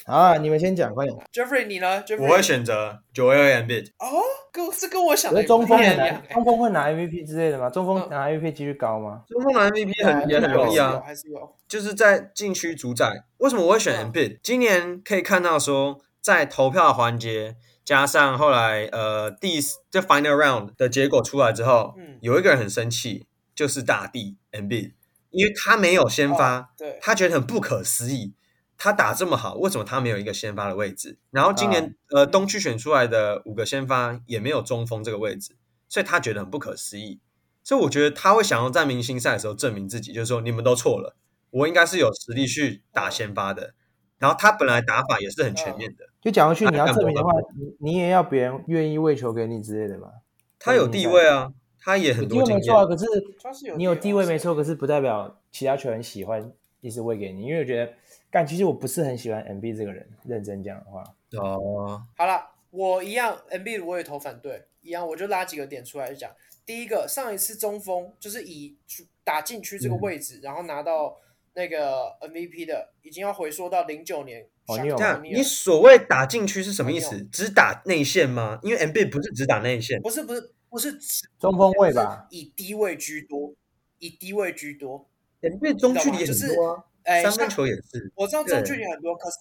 Speaker 2: 好啊，你们先讲，快点。
Speaker 1: Jeffrey 你呢？Jeffrey
Speaker 3: 我会选择九二 M B。
Speaker 1: 哦，跟这跟我想
Speaker 2: 可
Speaker 1: 的
Speaker 2: 是中锋
Speaker 1: 也
Speaker 2: 很
Speaker 1: 不太一样
Speaker 2: 难，中锋会拿 MVP 之类的吗？中锋
Speaker 1: 嗯
Speaker 2: 拿 MVP 几率高吗？
Speaker 3: 中锋拿 MVP
Speaker 2: 对啊
Speaker 3: 很也很容易
Speaker 1: 有
Speaker 3: 啊，
Speaker 1: 还是有
Speaker 3: 就是在禁区主宰。为什么我会选 M B？今年可以看到说，在投票环节加上后来呃第四这 final round 的结果出来之后，
Speaker 1: 嗯
Speaker 3: 有一个人很生气，就是大帝 M B，因为他没有先发。
Speaker 1: 对，
Speaker 3: 他觉得很不可思议，他打这么好，为什么他没有一个先发的位置？然后今年、呃东区选出来的五个先发也没有中锋这个位置，所以他觉得很不可思议。所以我觉得他会想要在明星赛的时候证明自己，就是说你们都错了，我应该是有实力去打先发的。然后他本来打法也是很全面的，
Speaker 2: 就讲回去，
Speaker 3: 啊
Speaker 2: 你要
Speaker 3: 干
Speaker 2: 证明的
Speaker 3: 嘛
Speaker 2: 话，你你也要别人愿意喂球给你之类的嘛。
Speaker 3: 他有地位啊，他也
Speaker 2: 有
Speaker 3: 很
Speaker 2: 地
Speaker 3: 多
Speaker 2: 位
Speaker 3: 经
Speaker 2: 没错啊，
Speaker 3: 验。
Speaker 2: 可是
Speaker 1: 他是有
Speaker 2: 你有地位没
Speaker 1: 错，
Speaker 2: 错，可是不代表其他球员喜欢一直喂给你，因为我觉得，干，其实我不是很喜欢 MB 这个人。认真讲的话，
Speaker 3: 哦，
Speaker 1: 好了，我一样，MB 我也投反对，一样我就拉几个点出来讲。第一个，上一次中锋就是以打禁区
Speaker 2: 嗯
Speaker 1: 这个位置，然后拿到那个呃 MVP 的，已经要回溯到零九年。
Speaker 2: 哦你有
Speaker 3: 这样你
Speaker 1: Shaquille O'Neal
Speaker 3: 所谓打禁区是什么意
Speaker 1: 没
Speaker 3: 思？只打内线吗？因为 M B 不是只打内线，
Speaker 1: 不是不是不是只
Speaker 2: 中锋位吧，
Speaker 1: 以低位居多，以低位居多。
Speaker 3: M B 中距离
Speaker 1: 就
Speaker 3: 很
Speaker 1: 是
Speaker 3: 多啊，
Speaker 1: 哎，
Speaker 3: 三分
Speaker 1: 像
Speaker 3: 球也是。
Speaker 1: 我知道
Speaker 3: 对
Speaker 1: 中距离很多，可是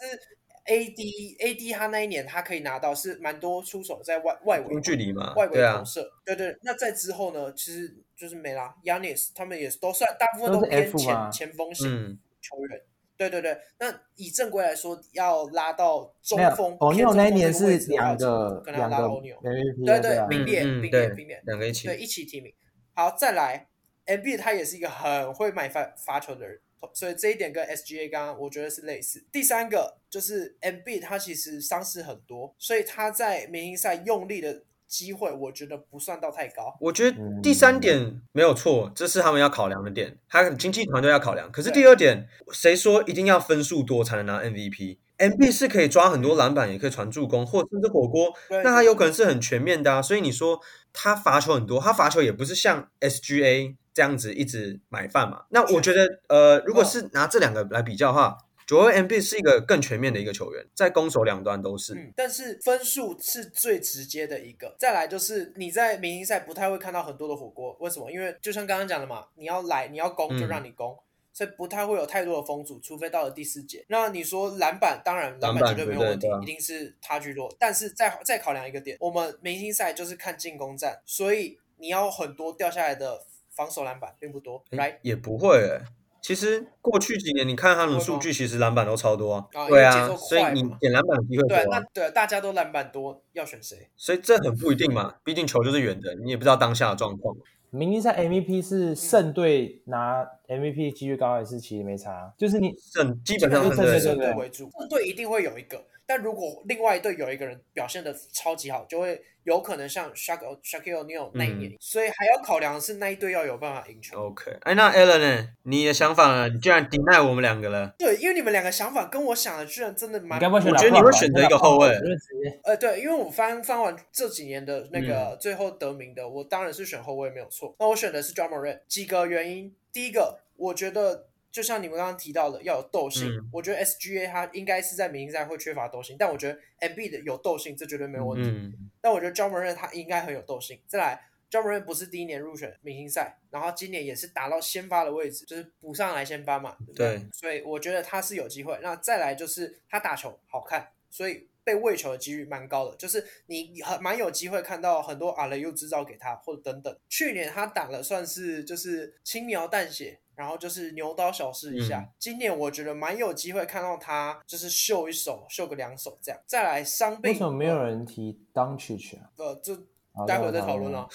Speaker 1: AD AD 他那一年他可以拿到是蛮多出手在外外围
Speaker 3: 中距离嘛，
Speaker 1: 外围
Speaker 3: 对啊
Speaker 1: 投，射，对对。那在之后呢，其实就是没啦。Yanis 他们也是都算大部分
Speaker 2: 都是
Speaker 1: 偏
Speaker 2: F 嘛
Speaker 1: 前前锋型
Speaker 3: 嗯，
Speaker 1: 球员。对对对，那以正规来说，要拉到中
Speaker 2: 没有
Speaker 1: 锋，
Speaker 2: 欧尼
Speaker 1: 偏
Speaker 2: 尔
Speaker 1: 中锋
Speaker 2: 那一年
Speaker 1: 这个
Speaker 2: 是
Speaker 1: 位置的啊话
Speaker 2: 两个
Speaker 1: 可能要
Speaker 2: 两
Speaker 1: 拉
Speaker 2: 个
Speaker 1: 到欧尼尔。
Speaker 2: MVP，
Speaker 1: 对
Speaker 2: 对啊
Speaker 1: 并列
Speaker 3: 嗯嗯
Speaker 1: 并
Speaker 3: 对
Speaker 1: 列并列，
Speaker 3: 两个一起
Speaker 1: 对，，一起提名。好，再来，M B 他也是一个很会买罚罚球的人，所以这一点跟 S G A 刚刚我觉得是类似。第三个就是 M B 他其实伤势很多，所以他在明星赛用力的机会，我觉得不算到太高。
Speaker 3: 我觉得第三点没有错，这是他们要考量的点，还有经济团队要考量。可是
Speaker 1: 对
Speaker 3: 第二点，谁说一定要分数多才能拿 MVP？M B 是可以抓很多篮板，也可以传助攻，或甚至火锅，
Speaker 1: 对
Speaker 3: 那他有可能是很全面的啊。所以你说他罚球很多，他罚球也不是像 S G A 这样子一直买饭嘛。那我觉得，呃，
Speaker 1: 嗯
Speaker 3: 如果是拿这两个来比较的话，九二 M B 是一个更全面的一个球员，在攻守两端都是。
Speaker 1: 嗯，但是分数是最直接的一个。再来就是你在明星赛不太会看到很多的火锅，为什么？因为就像刚刚讲的嘛，你要来，你要攻就
Speaker 3: 嗯
Speaker 1: 让你攻。所以不太会有太多的封阻，除非到了第四节。那你说篮板，当然
Speaker 3: 篮板
Speaker 1: 板绝对没有问题
Speaker 3: 绝对对啊，
Speaker 1: 一定是他居多。但是再再考量一个点，我们明星赛就是看进攻战，所以你要很多掉下来的防守篮板并不多
Speaker 3: 诶
Speaker 1: ，right？
Speaker 3: 也不会、欸。其实过去几年，你看他们的数
Speaker 1: 会
Speaker 3: 据，其实篮板都超多啊。
Speaker 1: 啊
Speaker 3: 对
Speaker 1: 因为
Speaker 3: 啊，
Speaker 1: 节奏
Speaker 3: 所以
Speaker 1: 快嘛
Speaker 3: 你点篮板的机会
Speaker 1: 对啊，
Speaker 3: 多
Speaker 1: 那
Speaker 3: 啊。
Speaker 1: 对啊大家都篮板多，要选谁？
Speaker 3: 所以这很不一定嘛，毕竟球就是远的，你也不知道当下的状况。
Speaker 2: 明星赛 MVP 是
Speaker 1: 嗯
Speaker 2: 胜队拿 MVP 几率高还是其实没差？就是你
Speaker 3: 胜基本上胜
Speaker 2: 对
Speaker 1: 以
Speaker 3: 队
Speaker 2: 基本上
Speaker 1: 胜
Speaker 2: 对
Speaker 1: 队
Speaker 2: 对
Speaker 1: 为主，胜队一定会有一个。但如果另外一队有一个人表现的超级好，就会有可能像 Shaq Shaquille O'Neal 那一年，
Speaker 2: 嗯
Speaker 1: 所以还要考量的是那一队要有办法赢球。
Speaker 3: OK，哎，那 Alan 呢？你的想法呢？你居然 deny 我们两个了。
Speaker 1: 对，因为你们两个想法跟我想的居然真的
Speaker 2: 你
Speaker 1: 蛮
Speaker 2: 该不会选
Speaker 3: 我
Speaker 2: 老
Speaker 3: 觉得
Speaker 2: 胖吧？
Speaker 3: 你会选择一个后卫
Speaker 2: 我就直接
Speaker 1: 呃，对，因为我翻翻完这几年的那个
Speaker 2: 嗯
Speaker 1: 最后得名的，我当然是选后卫没有错。那我选的是 d r u m m e r 几个原因，第一个，我觉得就像你们刚刚提到的，要有斗性。
Speaker 3: 嗯
Speaker 1: 我觉得 SGA 他应该是在明星赛会缺乏斗性，但我觉得 MB 的有斗性，这绝对没有问题。
Speaker 3: 嗯，
Speaker 1: 但我觉得 d r u m m e r 他应该很有斗性。再来。j o h n m o r a n 不是第一年入选明星赛，然后今年也是打到先发的位置，就是补上来先发嘛，对不对？
Speaker 3: 对
Speaker 1: 所以我觉得他是有机会。那再来就是他打球好看，所以被喂球的几率蛮高的，就是你很蛮有机会看到很多阿雷又制造给他或者等等。去年他打了算是就是轻描淡写。然后就是牛刀小试一下，
Speaker 3: 嗯
Speaker 1: 今年我觉得蛮有机会看到他，就是秀一手，秀个两手这样。再来伤病，
Speaker 2: 为什么没有人提 Doncic 啊？
Speaker 1: 呃，就
Speaker 2: 好
Speaker 1: 待会再讨论。
Speaker 2: 那我
Speaker 1: 哦。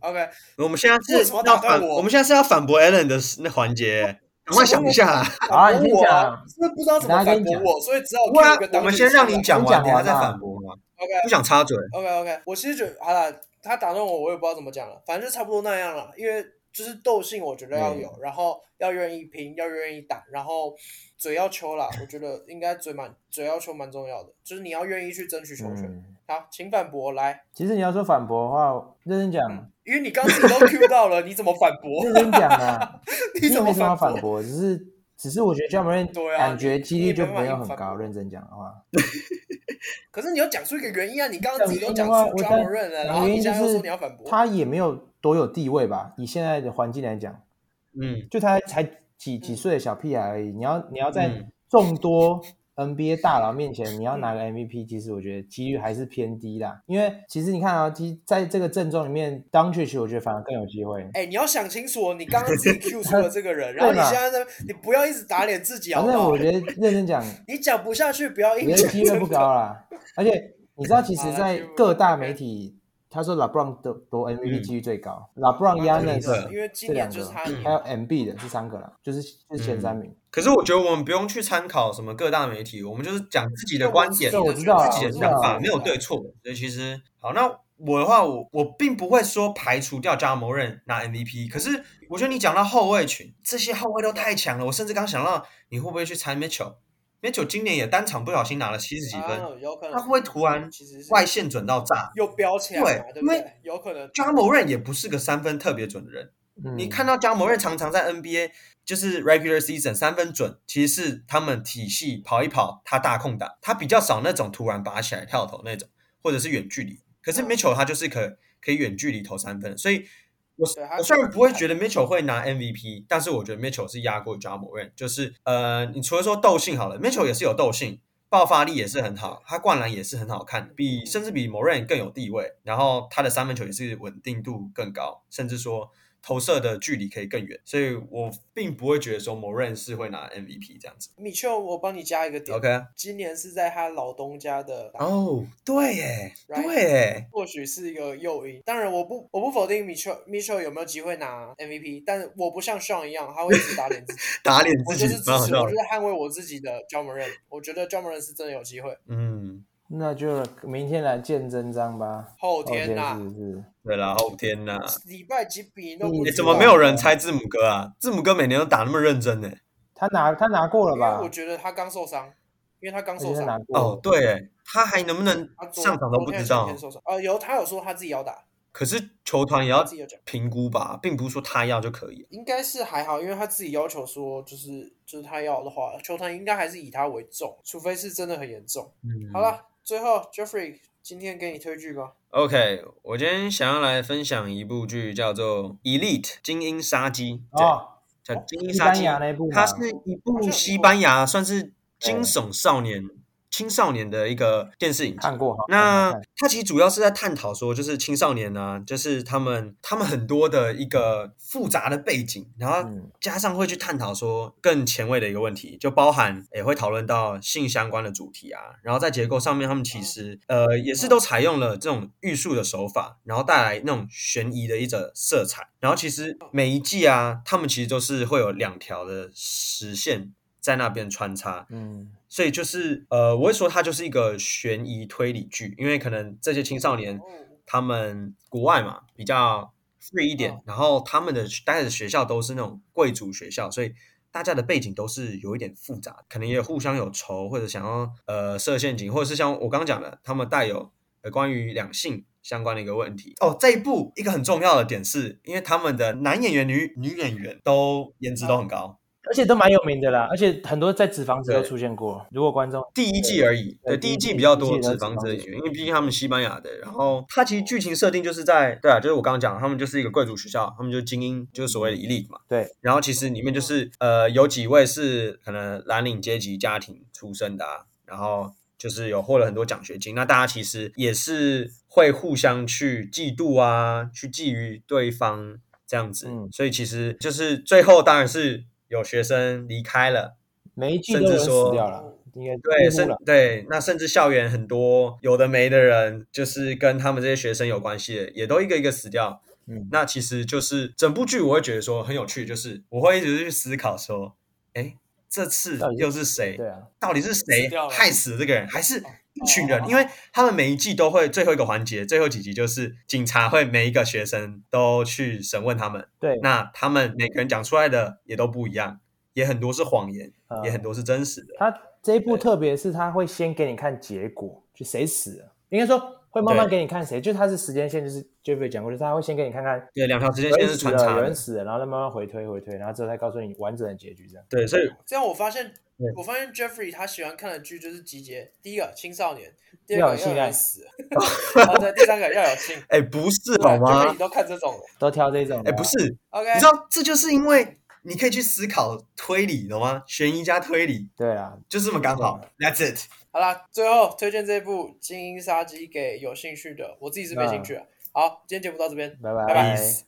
Speaker 1: OK，
Speaker 2: *laughs*
Speaker 3: 我们现在
Speaker 1: 为
Speaker 3: 是
Speaker 1: 什么
Speaker 3: 要
Speaker 1: 打断
Speaker 3: 反，
Speaker 1: 我哦
Speaker 3: 我们现在是要反驳 Alan 的那环节，赶快想一下啦。
Speaker 2: 好啊
Speaker 1: 反
Speaker 2: 你
Speaker 1: 驳
Speaker 2: 先
Speaker 1: 我
Speaker 2: 讲
Speaker 1: 是不是不知道怎么
Speaker 2: 等一下
Speaker 1: 反
Speaker 2: 跟你
Speaker 1: 驳
Speaker 2: 讲
Speaker 1: 我，所以只好
Speaker 3: 不啊
Speaker 1: 听一个，
Speaker 3: 我
Speaker 1: 当
Speaker 3: 们
Speaker 1: 事
Speaker 3: 先
Speaker 1: 人
Speaker 3: 让你讲完，
Speaker 2: 你讲
Speaker 3: 等一下
Speaker 2: 完
Speaker 3: 再
Speaker 2: 啊
Speaker 3: 反驳嘛。
Speaker 1: OK
Speaker 3: 不想插嘴。
Speaker 1: OK OK，我其实觉得好了，他打断我，我也不知道怎么讲了，反正就差不多那样了。因为就是斗性，我觉得
Speaker 2: 嗯
Speaker 1: 要有，然后要愿意拼，要愿意打，然后嘴要抽啦。我觉得应该嘴蛮嘴要求蛮重要的，就是你要愿意去争取球
Speaker 2: 讲
Speaker 1: 权。
Speaker 2: 嗯，
Speaker 1: 好，请反驳来，
Speaker 2: 其实你要说反驳的话，认真讲，
Speaker 1: 因为你刚自己都 Q 到了，你怎么反驳？ *laughs*
Speaker 2: 认真讲啊，
Speaker 1: 你怎
Speaker 2: 没什么好
Speaker 1: 反
Speaker 2: 反？驳，只是只是我觉得 j a m a r
Speaker 1: 对啊
Speaker 2: 感觉几率就没有
Speaker 1: 你也没办法
Speaker 2: 很
Speaker 1: 反
Speaker 2: 高。
Speaker 1: 驳
Speaker 2: 认真讲的话，
Speaker 1: 可是你要讲出一个原因啊！你刚刚自己都
Speaker 2: 讲
Speaker 1: 讲
Speaker 2: 原因的话
Speaker 1: 出 j o
Speaker 2: 我在
Speaker 1: h n 了，然后
Speaker 2: 原
Speaker 1: 你
Speaker 2: 因
Speaker 1: 现
Speaker 2: 就
Speaker 1: 在又
Speaker 2: 是
Speaker 1: 说你要反驳，
Speaker 2: 他也没有多有地位吧？以现在的环境来讲，
Speaker 3: 嗯，
Speaker 2: 就他才
Speaker 1: 嗯
Speaker 2: 几几岁的小屁孩而已，你要你要在
Speaker 3: 嗯
Speaker 2: 众多 NBA 大佬面前，
Speaker 1: 嗯
Speaker 2: 你要拿个 MVP，其实我觉得几率还是偏低啦。因为其实你看啊，其实在这个阵中里面 d o n c h 我觉得反而更有
Speaker 1: *laughs*
Speaker 2: 机会。
Speaker 1: 哎、你要想清楚哦，你刚刚自己 Q 出了这个人，然后你
Speaker 2: 对嘛
Speaker 1: 现在在，你不要一直打脸自己好
Speaker 2: *laughs* 反
Speaker 1: 不
Speaker 2: 正
Speaker 1: 好
Speaker 2: 我？觉得认
Speaker 1: *laughs*
Speaker 2: 真讲，
Speaker 1: 你讲不下去，不要硬
Speaker 2: 我觉得
Speaker 1: 讲。
Speaker 2: 机会不高啦。而且你知道，其
Speaker 1: 好
Speaker 2: 实，
Speaker 1: 啦
Speaker 2: 在
Speaker 1: 机会不高
Speaker 2: 各大媒体，他说 LeBron 夺夺 MVP
Speaker 3: 嗯
Speaker 2: 几率最高，LeBron、
Speaker 3: 对
Speaker 2: Yanis *laughs*
Speaker 1: 因为
Speaker 2: 这
Speaker 1: 今年
Speaker 2: 两个
Speaker 1: 就是他，
Speaker 2: 还有 MB 的是三个啦，就是就是前
Speaker 3: 嗯
Speaker 2: 三名。
Speaker 3: 可是我觉得我们不用去参考什么各大媒体，我们就是讲自己的观点
Speaker 2: 对，我知道啊
Speaker 3: 自己的
Speaker 2: 我知
Speaker 3: 想
Speaker 2: 道
Speaker 3: 法，
Speaker 2: 啊
Speaker 3: 没有对错。所以其实好，那我的话，我我并不会说排除掉加摩任拿 MVP，可是我觉得你讲到后卫群，这些后卫都太强了，我甚至刚想到你会不会去猜 Mitchell，Mitchell 今年也单场不小心拿了七十几分，
Speaker 1: 啊，有可能
Speaker 3: 他会不会突然
Speaker 1: 其实是
Speaker 3: 外线准到炸？
Speaker 1: 又标起来嘛，
Speaker 3: 对
Speaker 1: 对不
Speaker 3: 因为
Speaker 1: 对？有可能。
Speaker 3: 加摩任也不是个三分特别准的人，
Speaker 2: 嗯
Speaker 3: 你看到加摩瑞常常在 NBA 就是 regular season 三分准，其实是他们体系跑一跑，他大空档，他比较少那种突然拔起来跳投那种，或者是远距离。可是
Speaker 1: 嗯
Speaker 3: Mitchell 他就是可可以远距离投三分，所以我
Speaker 1: 对他
Speaker 3: 我虽然不会觉得 Mitchell 会拿 MVP，但是我觉得 Mitchell 是压过 Ja m o r a n 就是呃，你除了说斗性好了，Mitchell 也是有斗性，爆发力也是很好，他灌篮也是很好看，比甚至比 m o r a n 更有地位，然后他的三分球也是稳定度更高，甚至说投射的距离可以更远，所以我并不会觉得说 m o r a n 是会拿 MVP 这样子。
Speaker 1: 米切尔，我帮你加一个点。
Speaker 3: OK，
Speaker 1: 今年是在他老东家的打，
Speaker 3: 哦，对耶，
Speaker 1: Right
Speaker 3: 对耶，
Speaker 1: 或许是一个诱因。当然，我不我不否定米切尔米切尔有没有机会拿 MVP，但我不像 Sean 一样，他会一直打脸自己。
Speaker 3: 打脸
Speaker 1: 我
Speaker 3: 自
Speaker 1: 就
Speaker 3: 己
Speaker 1: 是支，
Speaker 3: 蛮好
Speaker 1: 持，
Speaker 3: 笑
Speaker 1: 我
Speaker 3: 的
Speaker 1: 就是捍卫我自己的 j o h n m o r a n 我觉得 j o h n m o r a n 是真的有机会。
Speaker 3: 嗯，
Speaker 2: 那就明天来见真章吧。
Speaker 1: 后
Speaker 2: 后天
Speaker 1: 哦天呐、
Speaker 2: 是不是？
Speaker 3: 对啦，后天呐、
Speaker 1: 礼拜几比都不
Speaker 2: 你
Speaker 3: 你
Speaker 1: 知
Speaker 3: 哎怎
Speaker 1: 道
Speaker 3: 么没有人猜字母哥啊？字母哥每年都打那么认真呢。
Speaker 2: 他拿他拿过了
Speaker 1: 因为
Speaker 2: 吧
Speaker 1: 我？觉得他刚受伤，因为他刚
Speaker 2: 而
Speaker 1: 受
Speaker 2: 且他
Speaker 1: 伤，
Speaker 2: 拿过了
Speaker 3: 哦，，对耶，他还能不能
Speaker 1: 他昨
Speaker 3: 上场都不知
Speaker 1: 昨天还是前
Speaker 3: 道
Speaker 1: 天。受伤。呃，有他有说他自己要打，
Speaker 3: 可是球团也
Speaker 1: 他
Speaker 3: 要
Speaker 1: 自己有讲，
Speaker 3: 评估吧，并不是说他要就可以。啊
Speaker 1: 应该是还好，因为他自己要求说，就是就是他要的话，球团应该还是以他为重，除非是真的很严重。
Speaker 3: 嗯
Speaker 1: 好了，最后 Jeffrey 今天给你推剧吧。
Speaker 3: ，OK，我今天想要来分享一部剧，叫做《Elite》精英杀机。
Speaker 2: 哦，
Speaker 3: 对，叫《精英
Speaker 2: 西
Speaker 3: 杀
Speaker 2: 班
Speaker 3: 机》
Speaker 2: 牙那一部嘛
Speaker 3: 它是一部西班牙算是惊悚少年青少年的一个电视影集。
Speaker 2: 看过哈。
Speaker 3: 那
Speaker 2: 看看
Speaker 3: 它其实主要是在探讨说，就是青少年呢、啊就是他们他们很多的一个复杂的背景，然后
Speaker 2: 嗯
Speaker 3: 加上会去探讨说更前卫的一个问题，就包含也会讨论到性相关的主题啊。然后在结构上面，他
Speaker 2: 哦
Speaker 3: 们其实呃也是都采用了这种艺术的手法，然后带来那种悬疑的一种色彩。然后其实每一季啊，他们其实都是会有两条的实线在那边穿插，
Speaker 2: 嗯
Speaker 3: 所以就是呃，我会说它就是一个悬疑推理剧，因为可能这些青少
Speaker 1: 哦
Speaker 3: 年他们国外嘛比较 free 一点
Speaker 1: 嗯，
Speaker 3: 然后他们的待的学校都是那种贵族学校，所以大家的背景都是有一点复杂，可能也互相有仇，或者想要呃设陷阱，或者是像我刚刚讲的，他们带有呃关于两性。相关的一个问题哦，这一部一个很重要的点是，因为他们的男演员、女女演员都颜值都很高，
Speaker 2: 而且都蛮有名的啦，而且很多在脂肪子都
Speaker 3: 对
Speaker 2: 出现过。如果观众
Speaker 3: 第一季而已，
Speaker 2: 对
Speaker 3: 对，第一
Speaker 2: 第一
Speaker 3: 季
Speaker 2: 季
Speaker 3: 比较多
Speaker 2: 第一季
Speaker 3: 脂
Speaker 2: 比较
Speaker 3: 肪
Speaker 2: 脂肪
Speaker 3: 之类
Speaker 2: 之
Speaker 3: 的，因为毕竟他们西班牙的，然后它其实剧情设定就是在，对啊，就是我刚刚讲，他们就是一个贵族学校，他们就是精英，就是所谓的 elite 嘛，
Speaker 2: 对，
Speaker 3: 然后其实里面就是呃有几位是可能蓝领阶级家庭出身的、啊，然后就是有获了很多奖学金，那大家其实也是会互相去嫉妒啊，去觊觎对方这样子，
Speaker 2: 嗯
Speaker 3: 所以其实就是最后当然是有学生离开了。
Speaker 2: 每一季都有人
Speaker 3: 甚至说
Speaker 2: 死掉了，应该几
Speaker 3: 对，
Speaker 2: 乎
Speaker 3: 甚
Speaker 2: 了。
Speaker 3: 对，那甚至校园很多有的没的人，就是跟他们这些学生有关系的，也都一个一个死掉。
Speaker 2: 嗯
Speaker 3: 那其实就是整部剧，我会觉得说很有趣，就是我会一直去思考说，哎，这次
Speaker 2: 到底是
Speaker 3: 又是谁？
Speaker 2: 对啊，
Speaker 3: 到底是谁
Speaker 4: 死掉了
Speaker 3: 害死了这个人，还是一群人
Speaker 4: 哦？
Speaker 3: 因为他们每一季都会最后一个环节，最后几集就是警察会每一个学生都去审问他们，
Speaker 2: 对，
Speaker 3: 那他们每个人讲出来的也都不一样，也很多是谎言，
Speaker 2: 呃
Speaker 3: 也很多是真实的。
Speaker 2: 他这一部
Speaker 3: 对
Speaker 2: 特别是他会先给你看结果，就谁死了，应该说会慢慢
Speaker 3: 对
Speaker 2: 给你看谁，就是他是时间线，就是 Jeffrey 讲过，就是他会先给你看看
Speaker 3: 对，两条时间
Speaker 2: 有
Speaker 3: 线
Speaker 2: 人
Speaker 3: 是
Speaker 2: 死
Speaker 3: 穿
Speaker 2: 了，
Speaker 3: 插
Speaker 2: 有
Speaker 3: 的
Speaker 2: 人。死了，然后再慢慢回推回推，然后之后再告诉你完整的结局这样。
Speaker 3: 对，所以
Speaker 1: 这样我发现
Speaker 3: 对，
Speaker 1: 我发现 Jeffrey 他喜欢看的剧就是集结：第一个青少年，第
Speaker 2: 要
Speaker 1: 二个要
Speaker 2: 有性
Speaker 1: 有
Speaker 2: 爱
Speaker 1: 人死， *laughs* 然后再第三个要有性，
Speaker 3: 哎、不是 *laughs* 好
Speaker 1: 对
Speaker 3: 吗
Speaker 1: 你？都看这种的
Speaker 2: 都挑这种的
Speaker 3: 哎、
Speaker 2: 啊，
Speaker 3: 不是，你
Speaker 1: ，OK？
Speaker 3: 知道这就是因为你可以去思考推理，懂吗？悬疑加推理，
Speaker 2: 对啊啦，
Speaker 3: 就这么刚好。That's it。
Speaker 1: 好啦，最后推荐这部
Speaker 3: 啊
Speaker 1: 《精英杀机》给有兴趣的，我自己是没兴趣的。好，今天节目到这边，
Speaker 2: 拜拜。
Speaker 1: 拜拜
Speaker 3: Peace